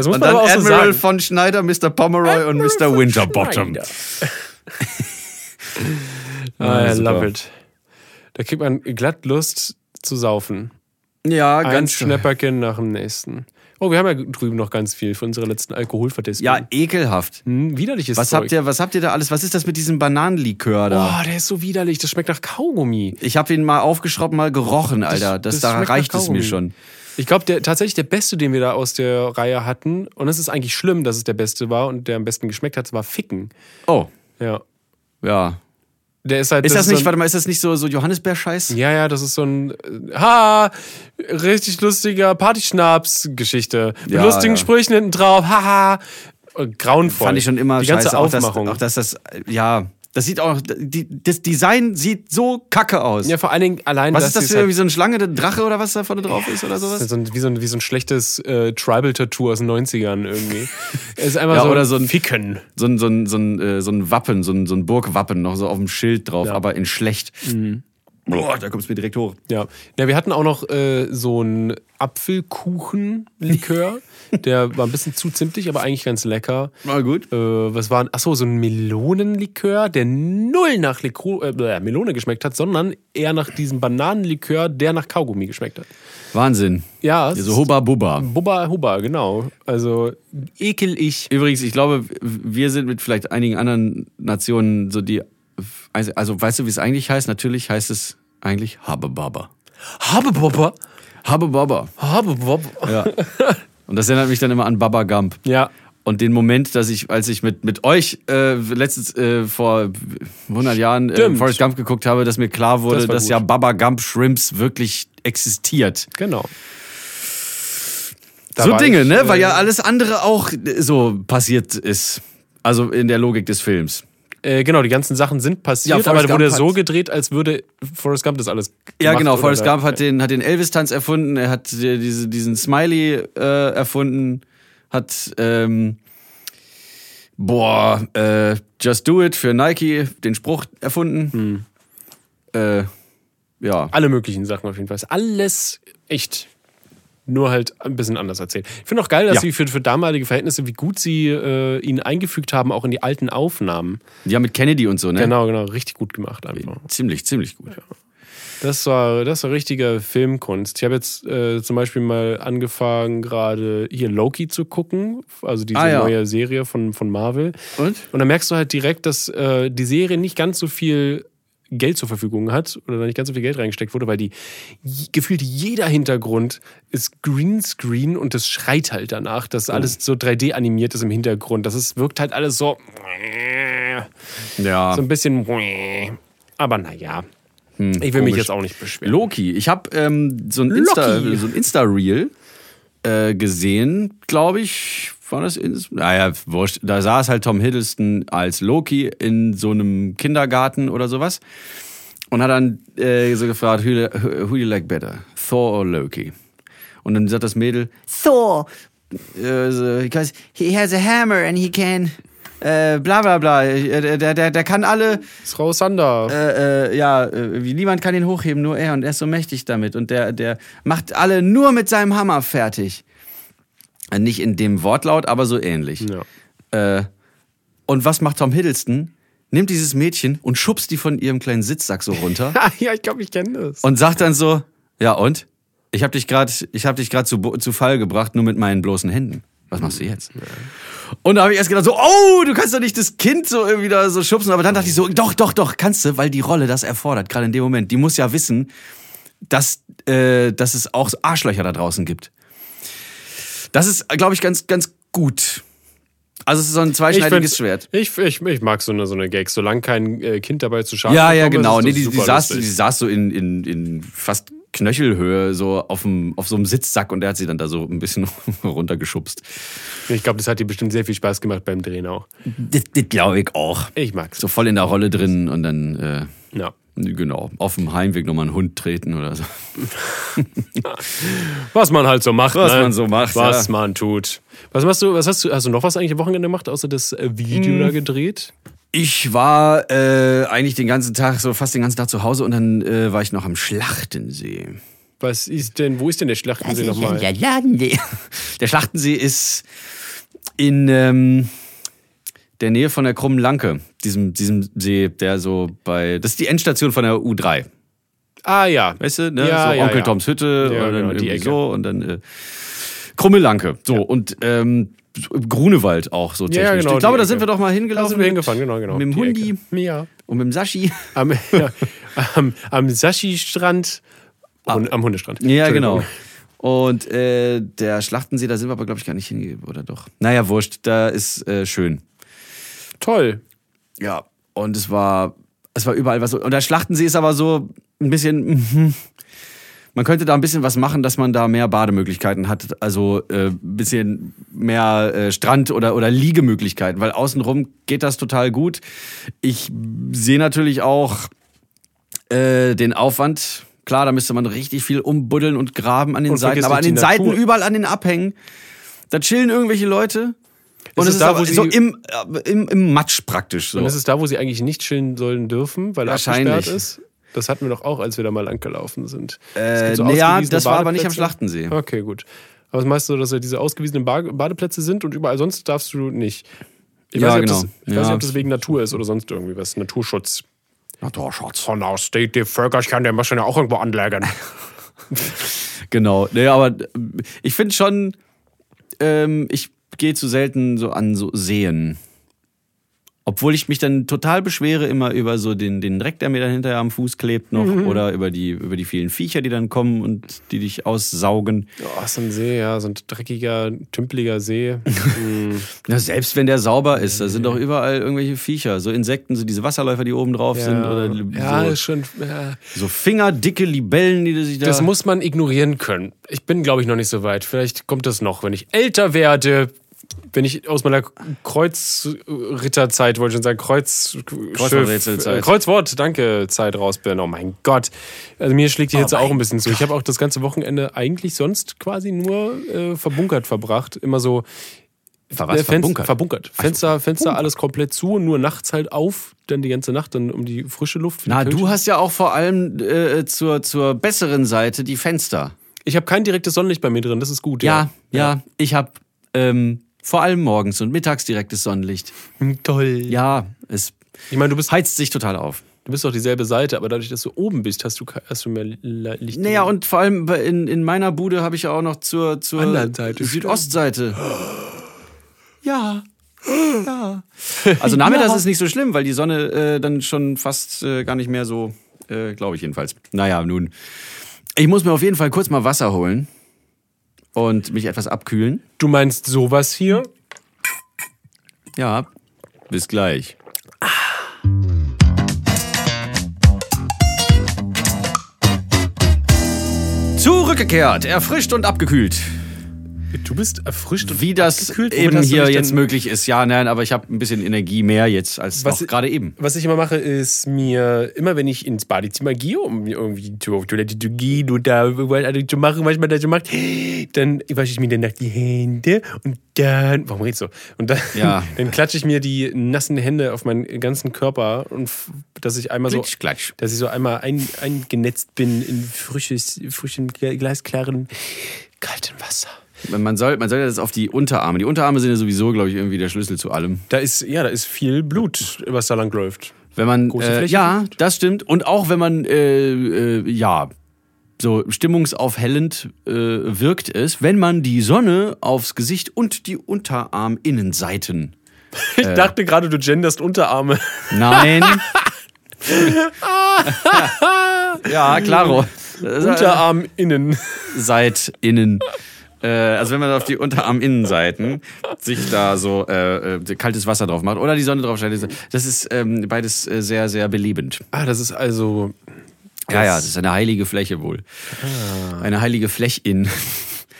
Und
man
dann
aber auch
Admiral
so sagen.
von Schneider, Mr. Pomeroy und Mr. Winterbottom.
Schneider. ah, I
super.
love it. Da kriegt man glatt Lust zu saufen.
Ja,
Ein
ganz schnell.
Schnäpperchen nach dem nächsten. Oh, wir haben ja drüben noch ganz viel für unsere letzten Alkoholverdistung.
Ja, ekelhaft.
Hm, widerliches
Was
Zeug.
habt, ihr, was habt ihr da alles? Was ist das mit diesem Bananenlikör da?
Oh, der ist so widerlich. Das schmeckt nach Kaugummi.
Ich habe ihn mal aufgeschraubt, mal gerochen, Alter. Das,
das
da
schmeckt nach
reicht es
Kaugummi.
mir schon.
Ich glaube, der, tatsächlich der beste, den wir da aus der Reihe hatten, und es ist eigentlich schlimm, dass es der beste war und der am besten geschmeckt hat, war Ficken.
Oh,
Ja.
ja.
Der ist halt.
Ist das,
so
nicht,
ein-
warte mal, ist das nicht so, so Johannisbeer-Scheiß?
Ja, ja, das ist so ein äh, ha richtig lustiger Partyschnaps Geschichte mit
Ja,
lustigen
ja.
Sprüchen hinten drauf. Haha. Äh, Grauenvoll.
Fand ich schon immer
die ganze
scheiße.
Aufmachung.
Auch, dass, auch dass das, ja, das sieht auch, die, das Design sieht so kacke aus.
ja, vor allen Dingen allein
was
dass
ist das
sie's
für
halt-
irgendwie so eine Schlange, der Drache oder was da vorne drauf ist oder sowas?
so ein, wie, so ein, wie so ein schlechtes äh, Tribal-Tattoo aus den 90ern irgendwie. Es ist einfach
Ja,
so,
oder so ein-
Ficken.
so ein, so ein, so ein, äh, so ein Wappen, so ein, so ein Burgwappen noch so auf dem Schild drauf, aber in schlecht. Boah, da kommt's mir direkt hoch.
Ja. ja, wir hatten auch noch äh, so einen Apfelkuchen-Likör. der war ein bisschen zu zimtig, aber eigentlich ganz lecker.
Mal gut.
Äh, was war denn? Achso, so ein Melonenlikör, der null nach Likro, äh, bläh, Melone geschmeckt hat, sondern eher nach diesem Bananenlikör, der nach Kaugummi geschmeckt hat.
Wahnsinn.
Ja, es
So Hubba Bubba.
Bubba Hubba, genau. Also ekelig.
Übrigens, ich glaube, wir sind mit vielleicht einigen anderen Nationen so die. Also, weißt du, wie es eigentlich heißt? Natürlich heißt es eigentlich Habe Baba.
Habe Bubba,
Habe Baba.
habe Bubba.
Ja. Und das erinnert mich dann immer an Baba Gump.
Ja.
Und den Moment, dass ich, als ich mit, mit euch äh, letztens äh, vor 100 Jahren äh,
Stimmt.
Forrest Gump geguckt habe, dass mir klar wurde,
Das war
dass
gut.
ja Baba Gump Shrimps wirklich existiert.
Genau.
so
war
Dinge,
ich,
ne?
äh,
Weil ja alles andere auch äh, so passiert ist. Also in der Logik des Films.
Äh, genau, die ganzen Sachen sind
Ja,
passiert,
Forrest
aber da wurde
Gump
so
hat-
gedreht, als würde Forrest Gump das alles gemacht
Ja, genau.
oder
Forrest
da-
Gump hat den, hat den Elvis-Tanz erfunden, er hat äh, diese, diesen Smiley äh, erfunden, hat, ähm, boah, äh, Just Do It für Nike, den Spruch erfunden.
Hm.
Äh, ja.
Alle möglichen Sachen auf jeden Fall. Ist Alles echt. Nur halt ein bisschen anders erzählt. Ich finde auch geil, dass
Ja.
sie für, für damalige Verhältnisse, wie gut sie äh, ihn eingefügt haben, auch in die alten Aufnahmen.
Ja, mit Kennedy und so, ne?
Genau, genau, richtig gut gemacht einfach.
Ziemlich, ziemlich gut.
Das war, das war richtige Filmkunst. Ich habe jetzt äh, zum Beispiel mal angefangen, gerade hier Loki zu gucken, also diese
Ah, ja.
neue Serie von, von Marvel.
Und?
Und dann merkst du halt direkt, dass äh, die Serie nicht ganz so viel Geld zur Verfügung hat oder da nicht ganz so viel Geld reingesteckt wurde, weil die j- gefühlt jeder Hintergrund ist Greenscreen und das schreit halt danach,
Oh.
dass alles so 3D animiert ist im Hintergrund. Das ist, wirkt halt alles so,
Ja. Ah.
so ein bisschen. Aber naja, ich will mich
Hm, komisch.
jetzt auch nicht beschweren.
Loki. Ich habe ähm, so ein Insta,
Loki.
so ein Insta-Reel äh, gesehen, glaube ich. War das in, naja, wurscht. Da saß halt Tom Hiddleston als Loki in so einem Kindergarten oder sowas. Und hat dann äh, so gefragt, who, do- who do you like better? Thor or Loki? Und dann sagt das Mädel, Thor! Äh, so, because he has a hammer and he can äh, bla bla bla. Äh, Der, der, der- der kann alle
Frau Sander.
äh, äh, ja, äh, wie niemand kann ihn hochheben, nur er und er ist so mächtig damit und der, der macht alle nur mit seinem Hammer fertig. Äh, Nicht in dem Wortlaut, aber so ähnlich.
Ja.
Äh, und was macht Tom Hiddleston? Nimmt dieses Mädchen und schubst die von ihrem kleinen Sitzsack so runter
ja, ich glaube, ich kenne das.
und sagt dann so, ja und? Ich hab dich gerade, ich hab dich gerade zu, Bo- zu Fall gebracht, nur mit meinen bloßen Händen. Was machst du jetzt? Und da habe ich erst gedacht so, oh, du kannst doch nicht das Kind so irgendwie da so schubsen. Aber dann dachte ich so, doch, doch, doch, kannst du, weil die Rolle das erfordert, gerade in dem Moment. Die muss ja wissen, dass, äh, dass es auch Arschlöcher da draußen gibt. Das ist, glaube ich, ganz, ganz gut. Also es ist so ein zweischneidiges
find-
Schwert.
Ich, ich, ich mag so eine, so eine Gag, solange kein äh, Kind dabei zu schaden
Ja, ja,
gekommen ist,
genau.
ist
Nee,
das
die, die,
super
saß, die
lustig.
saß so in, in, in fast Knöchelhöhe, so auf, dem, auf so einem Sitzsack und der hat sie dann da so ein bisschen runtergeschubst.
Ich glaube, das hat dir bestimmt sehr viel Spaß gemacht beim Drehen auch.
Das, das glaube ich auch.
Ich mag's.
So voll in der Rolle drin und dann, äh,
Ja.
genau, auf dem Heimweg nochmal einen Hund treten oder so.
Was man halt so macht.
Was
ne?
man so macht,
Was
ja.
man tut. Was machst du, was hast du, hast du noch was eigentlich am Wochenende gemacht, außer das äh, Video
Mm.
da gedreht?
Ich war äh, eigentlich den ganzen Tag, so fast den ganzen Tag zu Hause und dann äh, war ich noch am Schlachtensee.
Was ist denn, wo ist denn der Schlachtensee nochmal?
Schlachtensee. Der Schlachtensee ist in ähm, der Nähe von der Krummen Lanke, diesem, diesem See, der so bei. Das ist die Endstation von der U3.
Ah ja.
Weißt du, ne?
Ja,
so
ja,
Onkel
ja.
Toms Hütte
Ja,
und dann
genau, die
irgendwie
Ecke.
so und dann äh, Krumme Lanke. So, und ähm, Grunewald auch so technisch.
genau,
ich glaube,
die
da sind
Ecke.
wir doch mal
Da
hingelaufen.
sind wir
mit-
hingefahren, genau, genau.
Mit dem
die
Hundi
Ecke. Ja.
und mit dem Sashi.
Am, ja, am, am Sashi-Strand. Am, am Hundestrand.
Ah. Ja,
Entschuldigung.
genau. Und äh, der Schlachtensee, da sind wir aber, glaube ich, gar nicht hingegangen, oder doch? Naja, wurscht, da ist äh, schön.
Toll.
Ja, und es war, es war überall was. Und der Schlachtensee ist aber so ein bisschen. mhm. Man könnte da ein bisschen was machen, dass man da mehr Bademöglichkeiten hat. Also äh, ein bisschen mehr äh, Strand- oder, oder Liegemöglichkeiten, weil außenrum geht das total gut. Ich sehe natürlich auch äh, den Aufwand. Klar, da müsste man richtig viel umbuddeln und graben an den
Und
Seiten.
vergiss
Aber an
nicht
den
die
Seiten,
Natur.
überall an den Abhängen, da chillen irgendwelche Leute. Und
Ist
es
es
ist
da,
aber
wo sie-
so im, äh, im, im Matsch praktisch. So.
Und das ist da, wo sie eigentlich nicht chillen sollen dürfen, weil
Wahrscheinlich.
abgesperrt ist. Das hatten wir doch auch, als wir da mal langgelaufen sind. Es
Äh,
gibt so
na ja,
ausgewiesene
das war aber nicht am
Badeplätze.
Schlachtensee.
Okay, gut. Aber es meinst du, dass da diese ausgewiesenen Bar- Badeplätze sind und überall sonst darfst du nicht? Ich
Ja,
weiß, nicht,
genau.
ob das, ich
Ja.
weiß nicht, ob das wegen Natur ist oder sonst irgendwie was. Naturschutz.
Naturschutz.
Von aus die, die Völker, ich kann den wahrscheinlich auch irgendwo anlagern.
Genau. Nee, aber äh, ich finde schon, ähm, ich gehe zu selten so an so Seen. Obwohl ich mich dann total beschwere immer über so den, den Dreck, der mir dann hinterher am Fuß klebt noch oder über die, über die vielen Viecher, die dann kommen und die dich aussaugen.
Oh, ist ein See, ja, so ein dreckiger, tümpeliger See. Hm.
Na, selbst wenn der sauber ist, da sind doch überall irgendwelche Viecher. So Insekten, so diese Wasserläufer, die oben drauf sind oder
ja,
so,
ist schon. Ja.
so fingerdicke Libellen, die sich da...
Das muss man ignorieren können. Ich bin, glaube ich, noch nicht so weit. Vielleicht kommt das noch. Wenn ich älter werde, wenn ich aus meiner Kreuzritterzeit, wollte ich schon sagen, Kreuz,
Kreuzworträtselzeit.
äh, Kreuzwort, danke, Zeit raus bin. Oh mein Gott. Also mir schlägt
Oh
die Hitze auch ein bisschen zu. Ich habe auch das ganze Wochenende eigentlich sonst quasi nur äh, verbunkert verbracht. Immer so
Ver
äh,
was?
Fenst-
Verbunkert?
verbunkert. Fenster, Fenster alles komplett zu, nur nachts halt auf, dann die ganze Nacht, dann um die frische Luft. für die
Na, du
Kälte.
hast ja auch vor allem äh, zur, zur besseren Seite die Fenster.
Ich habe kein direktes Sonnenlicht bei mir drin, das ist gut.
Ja, ja, ich habe ähm, vor allem morgens und mittags direktes Sonnenlicht.
Toll.
Ja, es
Ich meine, du bist
heizt sich total auf.
Du bist doch dieselbe Seite, aber dadurch, dass du oben bist, hast du, ke- hast du mehr Le- Licht.
Naja, und vor allem bei- in, in meiner Bude habe ich ja auch noch zur, zur
Anderen Seite,
Südostseite. Ja. Ja. Also nachmittags ist nicht so schlimm, weil die Sonne äh, dann schon fast äh, gar nicht mehr so, äh, glaube ich jedenfalls. Naja, nun. Ich muss mir auf jeden Fall kurz mal Wasser holen und mich etwas abkühlen.
Du meinst sowas hier?
Ja, bis gleich. Zurückgekehrt, erfrischt und abgekühlt.
Du bist erfrischt und
Wie das
Abgekühlt? Womit
eben
hast du
hier
dich
jetzt
denn-
möglich ist. Ja, nein, aber ich habe ein bisschen Energie mehr jetzt als
Was-
noch gerade eben.
Was ich immer mache, ist mir, immer wenn ich ins Badezimmer gehe, um mir irgendwie zu- auf Toilette zu gehen oder etwas zu machen, was man da so macht, dann wasche ich mir danach die Hände und dann, warum redest du? Und dann,
Ja.
dann klatsche ich mir die nassen Hände auf meinen ganzen Körper und f- dass ich einmal so,
Klitsch, klatsch.
dass ich so einmal ein, eingenetzt bin in frisches, frischen, glasklaren, kalten Wasser.
Man soll, man soll ja das auf die Unterarme. Die Unterarme sind ja sowieso, glaube ich, irgendwie der Schlüssel zu allem.
Da ist, ja, da ist viel Blut, was da lang läuft.
Wenn man
Große
äh,
Fläche
ja,
sucht.
das stimmt und auch wenn man äh, äh, ja so stimmungsaufhellend äh, wirkt es, wenn man die Sonne aufs Gesicht und die Unterarminnenseiten. Äh.
Ich dachte gerade, du genderst Unterarme.
Nein. ja, klaro.
Unterarm innen.
seit innen. Äh, also wenn man auf die Unterarminnenseiten sich da so äh, äh, kaltes Wasser drauf macht oder die Sonne drauf scheint, das ist ähm, beides äh, sehr, sehr belebend.
Ah, das ist also.
Ja, ja, das Ah. ist eine heilige Fläche wohl. Eine heilige Flächin.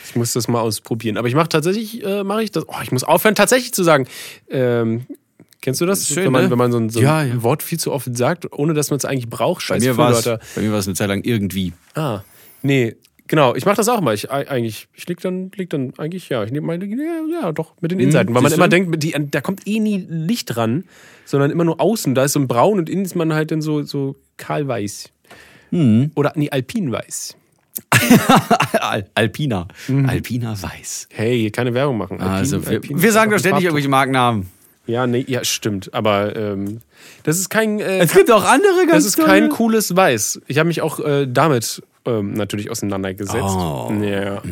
Ich muss das mal ausprobieren. Aber ich mache tatsächlich, äh, mache ich das. Oh, ich muss aufhören, tatsächlich zu sagen. Ähm, kennst du das?
Schön,
wenn man,
ne?
wenn man so ein, so ein
Ja, ja.
Wort viel zu oft sagt, ohne dass man es eigentlich braucht.
Bei
Scheiß
mir war es
Füllwörter.
bei mir war es eine Zeit lang irgendwie.
Ah, nee. Genau, ich mache das auch mal. Ich, ei- eigentlich, ich lieg dann, lieg dann eigentlich, ja, ich nehme meine, ja, ja, doch, mit den Innenseiten. weil man
Hm, siehst
immer
du?
denkt, die, da kommt eh nie Licht ran, sondern immer nur außen. Da ist so ein Braun und innen ist man halt dann so, so kahlweiß.
Hm.
Oder, nee, alpinweiß.
Al Alpina. Alpina weiß.
Hey, keine Werbung machen. Alpin-
Also wir,
Alpin-
wir sagen doch ständig
Farbton.
irgendwelche Markennamen.
Ja, nee, ja, stimmt. Aber ähm, das ist kein, äh,
Es gibt auch andere ganz
das ist kein cooles Weiß. Ich habe mich auch äh, damit ähm, natürlich auseinandergesetzt.
Oh. Mm.
Ja.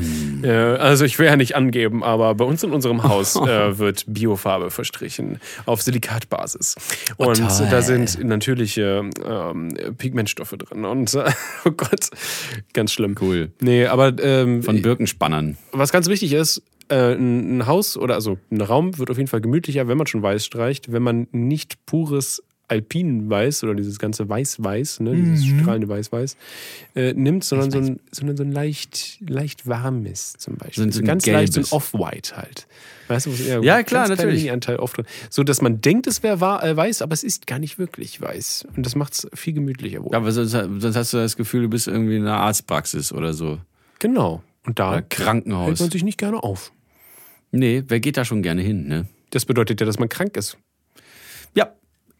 Äh, also ich will ja nicht angeben, aber bei uns in unserem Haus äh, wird Biofarbe verstrichen auf Silikatbasis. Und
Oh, toll.
da sind natürliche ähm, Pigmentstoffe drin. Und äh, oh Gott, ganz schlimm.
Cool.
Nee, aber ähm,
Von Birkenspannern.
was ganz wichtig ist, äh, ein ein Haus oder also ein Raum wird auf jeden Fall gemütlicher, wenn man schon weiß streicht, wenn man nicht pures Alpinenweiß oder dieses ganze Weiß-Weiß, ne, dieses
Mhm.
strahlende Weiß-Weiß, äh, nimmt, sondern so, ein, sondern so ein leicht, leicht warmes zum Beispiel.
So ein- so ein
ganz leicht so ein
gelbes.
Off-White halt. Weißt du, wo es eher
Ja, klar,
ganz kleiner
natürlich.
Linieanteil oft drin. So, dass man denkt, es wäre wa- äh, weiß, aber es ist gar nicht wirklich weiß. Und das macht es viel gemütlicher wohl.
Ja, aber sonst, sonst hast du das Gefühl, du bist irgendwie in einer Arztpraxis oder so.
Genau. Und da
Oder Krankenhaus.
hält man sich nicht gerne auf.
Nee, wer geht da schon gerne hin, ne?
Das bedeutet ja, dass man krank ist.
Ja.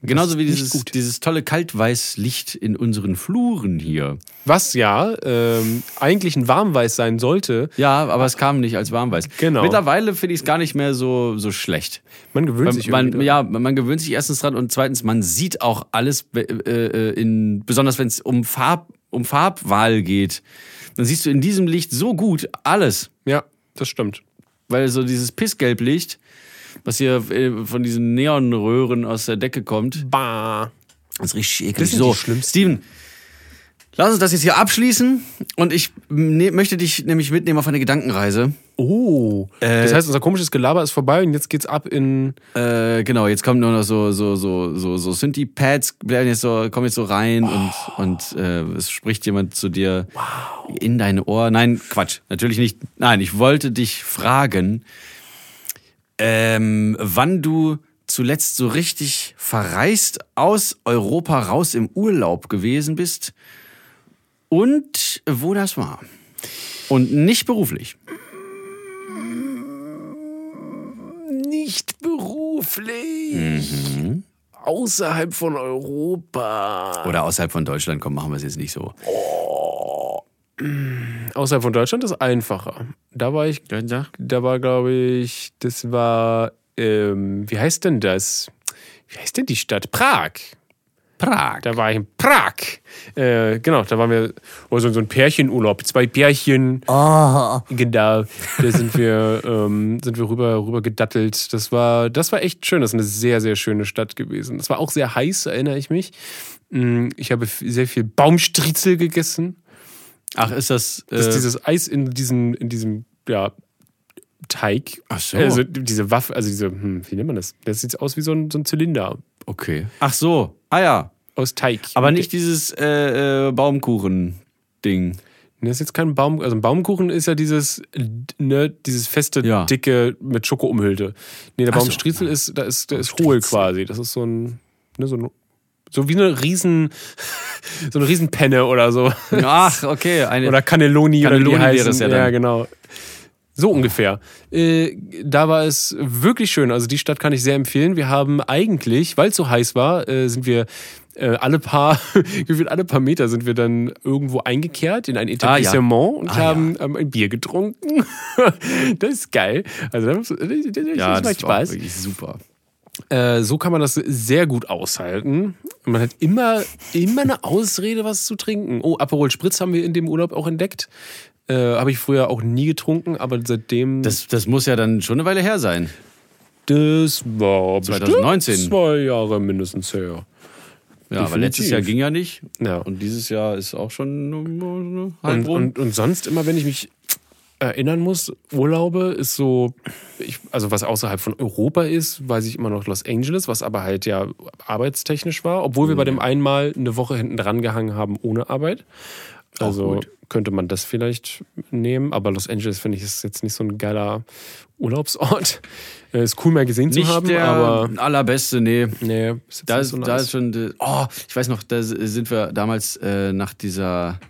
Genauso wie
nicht
dieses,
gut.
dieses tolle Kaltweißlicht in unseren Fluren hier.
Was ja ähm, eigentlich ein Warmweiß sein sollte.
Ja, aber es kam nicht als warmweiß.
Genau.
Mittlerweile finde ich es gar nicht mehr so, so schlecht.
Man gewöhnt
Man,
sich
man,
irgendwie
ja, man gewöhnt sich erstens dran und zweitens, man sieht auch alles, äh, äh, in, besonders wenn es um, Farb, um Farbwahl geht. Dann siehst du in diesem Licht so gut alles.
dran. ja, das stimmt.
Weil so dieses Pissgelblicht, was hier äh, von diesen Neonröhren aus der Decke kommt,
Bah.
das ist richtig eklig.
Das sind
so,
die schlimmsten.
Steven, lass uns das jetzt hier abschließen und ich ne möchte dich nämlich mitnehmen auf eine Gedankenreise.
Oh. das heißt, unser komisches Gelaber ist vorbei und jetzt geht's ab in.
Äh, genau, jetzt kommen nur noch so so so so so Synthi Pads bleiben jetzt so kommen jetzt so rein und und äh, es spricht jemand zu dir in dein Ohr. Nein, Quatsch, natürlich nicht. Nein, ich wollte dich fragen, ähm, wann du zuletzt so richtig verreist aus Europa raus im Urlaub gewesen bist und wo das war. Und nicht beruflich.
Nicht beruflich. Außerhalb von Europa.
Oder außerhalb von Deutschland, komm, machen wir es jetzt nicht so.
Außerhalb von Deutschland ist einfacher. Da war ich, da war, glaube ich, das war, ähm, wie heißt denn das? Wie heißt denn die Stadt? Prag.
Prag.
Da war ich in Prag. Äh, genau, da waren wir oh, so, so ein Pärchenurlaub, zwei Pärchen.
Ah.
Genau, da sind wir, ähm, sind wir rüber, rüber gedattelt. Das war, das war echt schön. Das ist eine sehr, sehr schöne Stadt gewesen. Es war auch sehr heiß, erinnere ich mich. Mm, Ich habe f- sehr viel Baumstriezel gegessen.
Ach, ist das. Äh,
Das ist dieses Eis in diesem, in diesem, ja, Teig.
Ach Äh, so.
Also diese Waffe, also diese, hm, wie nennt man das? Das sieht aus wie so ein, so ein Zylinder
okay. Ach so. Ah ja.
aus Teig.
Aber nicht dieses äh, äh, Baumkuchen-Ding.
Das ist jetzt kein Baum, also ein Baumkuchen ist ja dieses, äh, ne, dieses feste,
Ja.
dicke, mit Schoko umhüllte. Nee, der
Ach so,
Baumstriezel ist, da ist, der ist hohl quasi. Das ist so ein, ne, so ein, so wie eine riesen, so eine Riesenpenne oder so.
Ach, okay. Eine,
Oder Cannelloni,
Cannelloni
oder wie die
wäre
heißen.
es ja dann.
ja, genau. So ungefähr. Äh, da war es wirklich schön. Also die Stadt kann ich sehr empfehlen. Wir haben eigentlich, weil es so heiß war, äh, sind wir äh, alle paar, gefühlt alle paar Meter sind wir dann irgendwo eingekehrt in ein
Ah, ja.
Etablissement und haben ähm, ein Bier getrunken. das ist geil. Also das, das, das, das macht
war
Spaß.
wirklich super.
Äh, so kann man das sehr gut aushalten. Man hat immer, immer eine Ausrede, was zu trinken. Oh, Aperol Spritz haben wir in dem Urlaub auch entdeckt. Äh, Habe ich früher auch nie getrunken, aber seitdem.
Das, das muss ja dann schon eine Weile her sein.
das war
2019.
bestimmt zwei Jahre mindestens her.
Ja, aber
Definitiv.
letztes Jahr ging ja nicht.
Ja.
Und dieses Jahr ist auch schon äh, halb
Und,
rum.
und, und sonst immer, wenn ich mich erinnern muss, Urlaube ist so, ich, also was außerhalb von Europa ist, weiß ich immer noch Los Angeles, was aber halt ja arbeitstechnisch war, obwohl wir bei
Mhm.
dem einen Mal eine Woche hinten dran gehangen haben ohne Arbeit. Also könnte man das vielleicht nehmen, aber Los Angeles finde ich ist jetzt nicht so ein geiler Urlaubsort. Äh, Ist cool mal gesehen
nicht
zu haben,
der
aber
allerbeste, nee.
nee, ist jetzt
Da
nicht
ist,
so
da
nice.
ist schon. de- Oh, ich weiß noch, da s- sind wir damals äh, nach dieser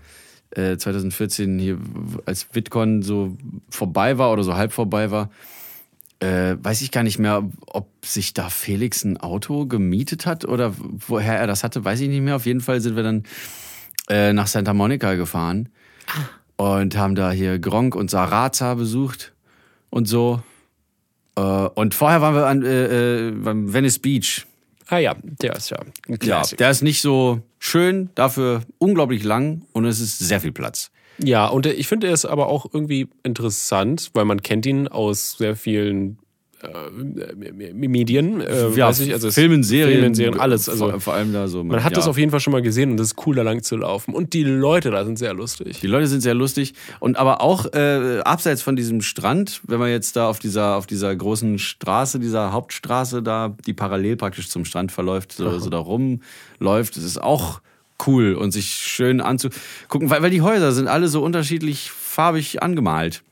äh, 2014 hier, w- als VidCon so vorbei war oder so halb vorbei war. Äh, weiß ich gar nicht mehr, ob sich da Felix ein Auto gemietet hat oder woher er das hatte, weiß ich nicht mehr. Auf jeden Fall sind wir dann äh, nach Santa Monica gefahren
Ah.
und haben da hier Gronk und Saraza besucht und so. Äh, und vorher waren wir an äh, äh, beim Venice Beach.
ah ja, der ist ja ein
Ja,
Classic.
der ist nicht so schön, dafür unglaublich lang und es ist sehr viel Platz.
Ja, und ich finde er ist aber auch irgendwie interessant, weil man kennt ihn aus sehr vielen äh, Medien, äh, weiß ich, also es-
Filmen, Serien,
Filmen, Serien alles. Also
vor, vor allem da so.
man hat
ja.
das auf jeden Fall schon mal gesehen und es ist cool, da lang zu laufen. Und die Leute da sind sehr lustig.
Die Leute sind sehr lustig und aber auch äh, abseits von diesem Strand, wenn man jetzt da auf dieser auf dieser großen Straße, dieser Hauptstraße da, die parallel praktisch zum Strand verläuft, so, so da rumläuft, es ist auch cool und sich schön anzugucken, weil, weil die Häuser sind alle so unterschiedlich farbig angemalt.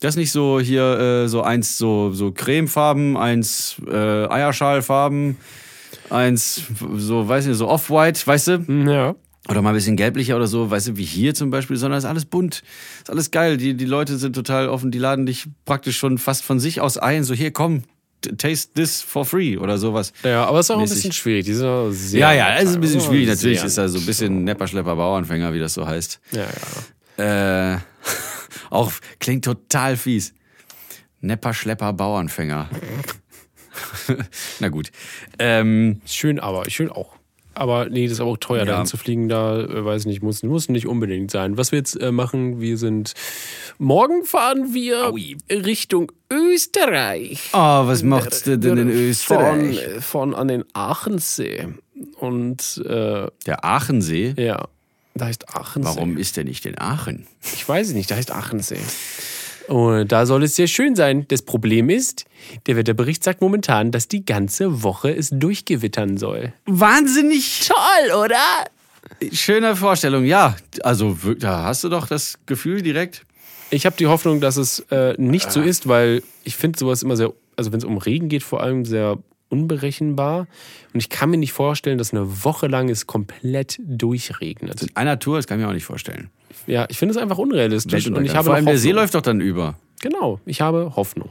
Das ist nicht so hier äh, so eins so so cremefarben, eins äh, Eierschalfarben, eins so weiß nicht so off white, weißt du?
Ja.
oder mal ein bisschen gelblicher oder so, weißt du, wie hier zum Beispiel, sondern ist alles bunt, ist alles geil. Die, die Leute sind total offen, die laden dich praktisch schon fast von sich aus ein, so hier komm, t- taste this for free oder sowas.
Ja, aber es ist auch
Mäßig.
ein bisschen schwierig. Die sind auch sehr
Ja, ja, es ist ein bisschen
sehr-
schwierig, natürlich Oh, ist er so ein bisschen Nepper, Schlepper, Bauernfänger, wie das so heißt.
Ja, ja.
Äh, auch klingt total fies. Nepper, Schlepper, Bauernfänger. Na gut. Ähm,
Schön, aber schön auch. Aber nee, das ist aber auch teuer, dahin zu fliegen. Da äh, weiß ich nicht, muss, muss nicht unbedingt sein. Was wir jetzt äh, machen, wir sind. Morgen fahren wir
Aui.
Richtung Österreich.
oh, was macht's denn in Österreich?
Von, von an den Aachensee. Und äh,
Der Aachensee?
ja, da heißt Aachensee.
Warum ist der nicht in Aachen?
Ich weiß es nicht, da heißt Aachensee. Und da soll es sehr schön sein. Das Problem ist, der Wetterbericht sagt momentan, dass die ganze Woche es durchgewittern soll.
Wahnsinnig
Toll, oder?
Schöne Vorstellung, ja. Also wir- da hast du doch das Gefühl direkt. Ah.
Ich habe die Hoffnung, dass es äh, nicht so ist, weil ich finde sowas immer sehr also wenn es um Regen geht, vor allem sehr unberechenbar. Und ich kann mir nicht vorstellen, dass eine Woche lang es komplett durchregnet.
In einer Tour, das kann ich mir auch nicht vorstellen.
Ja, ich finde es einfach unrealistisch. Und ich habe
Vor
noch
allem der See
Hoffnung.
läuft doch dann über.
Genau, ich habe Hoffnung.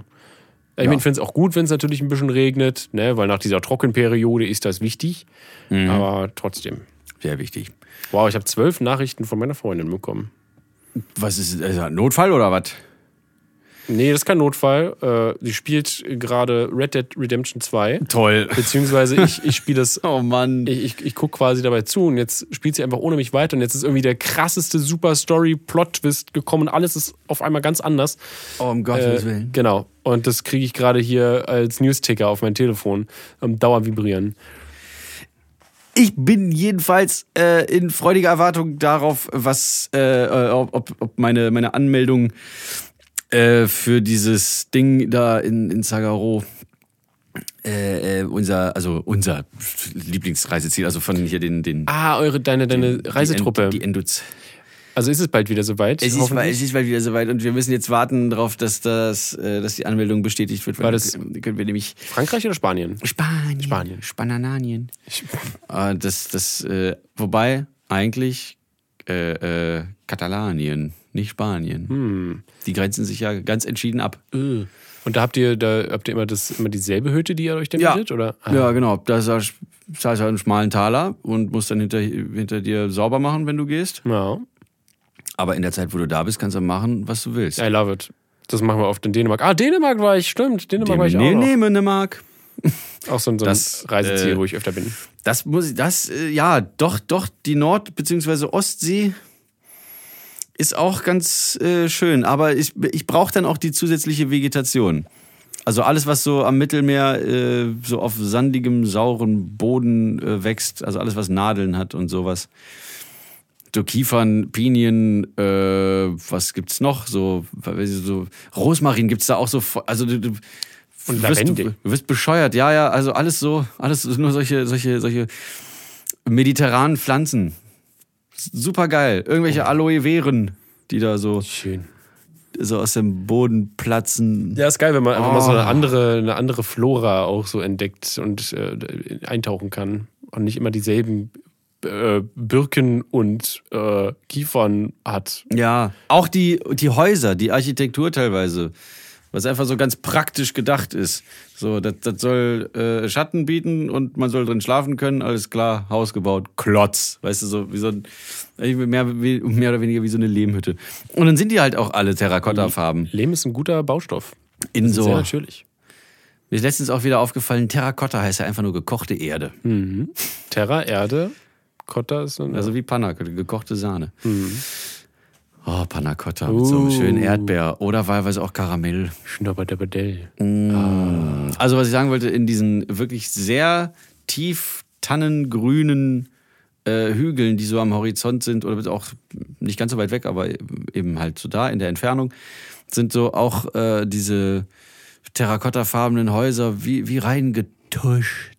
Ich meine, ich finde es auch gut, wenn es natürlich ein bisschen regnet, ne, weil nach dieser Trockenperiode ist das wichtig.
Mhm.
Aber trotzdem.
Sehr wichtig.
Wow, ich habe zwölf Nachrichten von meiner Freundin bekommen.
Was ist, ist das ein Notfall oder was?
Nee, das ist kein Notfall. Äh, sie spielt gerade Red Dead Redemption 2.
Toll.
Beziehungsweise ich, ich spiele das
Oh Mann.
ich, ich, ich gucke quasi dabei zu und jetzt spielt sie einfach ohne mich weiter und jetzt ist irgendwie der krasseste Super Story Plot Twist gekommen. Alles ist auf einmal ganz anders.
oh, um Gottes
Äh, genau. Und das kriege ich gerade hier als Newsticker auf mein Telefon. Ähm, Dauer vibrieren.
Ich bin jedenfalls äh, in freudiger Erwartung darauf, was, äh, äh, ob, ob meine, meine Anmeldung äh, für dieses Ding da in, in Zagaro, äh, äh, unser, also unser Lieblingsreiseziel, also von hier den, den
Ah, eure, deine, deine Reisetruppe.
Die, End- die Enduz.
also ist es bald wieder soweit?
Es ist, bald,
hoffentlich?
es ist bald wieder soweit und wir müssen jetzt warten darauf, dass, das, äh, dass die Anmeldung bestätigt wird. weil
War das-
dann können wir nämlich
Frankreich oder Spanien?
Spanien.
Spanien.
Spanananien. Äh, das, das, äh, wobei eigentlich äh, äh, Katalanien, nicht Spanien.
Hm.
Die grenzen sich ja ganz entschieden ab.
Und da habt ihr, da habt ihr immer, das, immer dieselbe Hütte, die ihr euch dann mietet? Oder? Ah,
ja genau. Da ist er, da ist er einen schmalen Taler und muss dann hinter, hinter dir sauber machen, wenn du gehst.
ja.
Aber in der Zeit, wo du da bist, kannst du machen, was du willst.
I love it. Das machen wir oft in Dänemark. Ah, Dänemark war ich, stimmt. Dänemark war ich auch.
nee,
noch.
nee, Mark.
Auch so ein, so ein
Das,
Reiseziel,
äh,
wo ich öfter bin.
Das muss ich, das, äh, ja, doch, doch, die Nord- bzw. Ostsee ist auch ganz äh, schön, aber ich, ich brauche dann auch die zusätzliche Vegetation. Also alles, was so am Mittelmeer äh, so auf sandigem, sauren Boden äh, wächst, also alles, was Nadeln hat und sowas. So Kiefern, Pinien, äh, was gibt's noch? So, weiß ich, so Rosmarin gibt's da auch so. vo- Also du, du,
Und
du wirst, du,
Lavendel.
du wirst bescheuert, ja, ja. Also alles so, alles nur solche, solche, solche mediterranen Pflanzen. Super geil.
Oh.
Irgendwelche Aloe Veren, die da so,
Schön.
so aus dem Boden platzen.
Ja, ist geil, wenn man einfach mal so eine
Oh.
andere, eine andere Flora auch so entdeckt und äh, eintauchen kann. Und nicht immer dieselben äh, Birken und äh, Kiefern hat.
Ja, auch die, die Häuser, die Architektur teilweise, was einfach so ganz praktisch gedacht ist. So, das, das soll äh, Schatten bieten und man soll drin schlafen können, alles klar, Haus gebaut, Klotz. Weißt du, so wie so ein, mehr, wie, mehr oder weniger wie so eine Lehmhütte. Und dann sind die halt auch
Mhm.
alle Terrakotta-Farben.
Lehm ist ein guter Baustoff.
In so.
Sehr
Mir
natürlich.
ist letztens auch wieder aufgefallen, Terrakotta heißt ja einfach nur gekochte Erde.
Terra, Erde, Kotta ist ein.
Also wie Panna, gekochte Sahne.
Mhm.
Oh, Panna Cotta mit
Uh.
so einem schönen Erdbeer oder wahlweise auch Karamell.
Schnurrbadabadell.
Also, was ich sagen wollte, in diesen wirklich sehr tief tannengrünen äh, Hügeln, die so am Horizont sind, oder auch nicht ganz so weit weg, aber eben halt so da in der Entfernung, sind so auch äh, diese terrakottafarbenen Häuser wie, wie reingetuscht.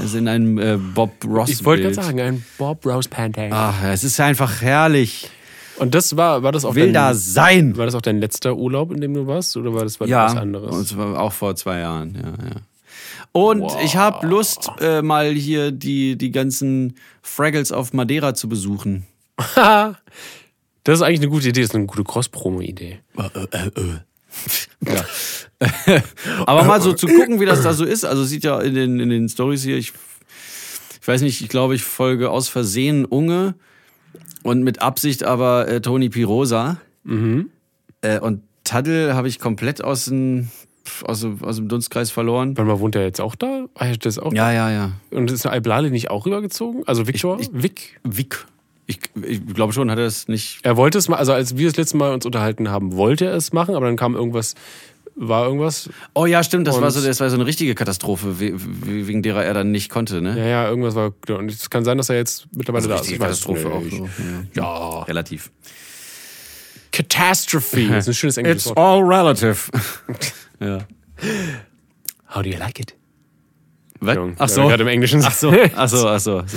Also in einem äh, Bob Ross.
Ich wollte gerade
Bild. Ah.
sagen, ein Bob Rose Painting.
Ach, es ist einfach herrlich.
Und das war, war das auch
Will
dein,
da sein.
war das auch dein letzter Urlaub, in dem du warst? Oder war das war was anderes?
Und zwar auch vor zwei Jahren, ja, ja. Und ich habe Lust, äh, mal hier die, die ganzen Fraggles auf Madeira zu besuchen.
Haha. das ist eigentlich eine gute Idee, das ist eine gute Cross-Promo-Idee.
Ja. Aber mal so zu gucken, wie das da so ist. Also sieht ja in den, in den Stories hier, ich, ich weiß nicht, ich glaube, ich folge aus Versehen Unge und mit Absicht aber äh, Toni Pirosa.
Mhm.
Äh, und Taddel habe ich komplett aus dem, aus, dem- aus dem Dunstkreis verloren.
Warte mal, wohnt er jetzt auch da? Ah, ja, das ist auch.
Ja, ja, ja.
Und ist Alblale nicht auch rübergezogen? Also Victor?
Ich-
Vic?
Wick. Ich, ich glaube schon, hat er es nicht.
Er wollte es mal, also als wir das letzte Mal uns unterhalten haben, wollte er es machen, aber dann kam irgendwas, war irgendwas,
Oh ja, stimmt, das,
Und-
war so, das war so eine richtige Katastrophe, we- we- wegen derer er dann nicht konnte, ne?
ja, ja, irgendwas war, genau. und es kann sein, dass er jetzt mittlerweile da ist.
richtige
Ich weiß es
Katastrophe auch.
nicht.
So,
Ja.
Relativ.
Catastrophe. Das ist ein schönes englisches Wort.
all relative. ja.
How do you like it?
Was? Ach so.
Gerade im Englischen.
Ach so, ach so, ach so. so.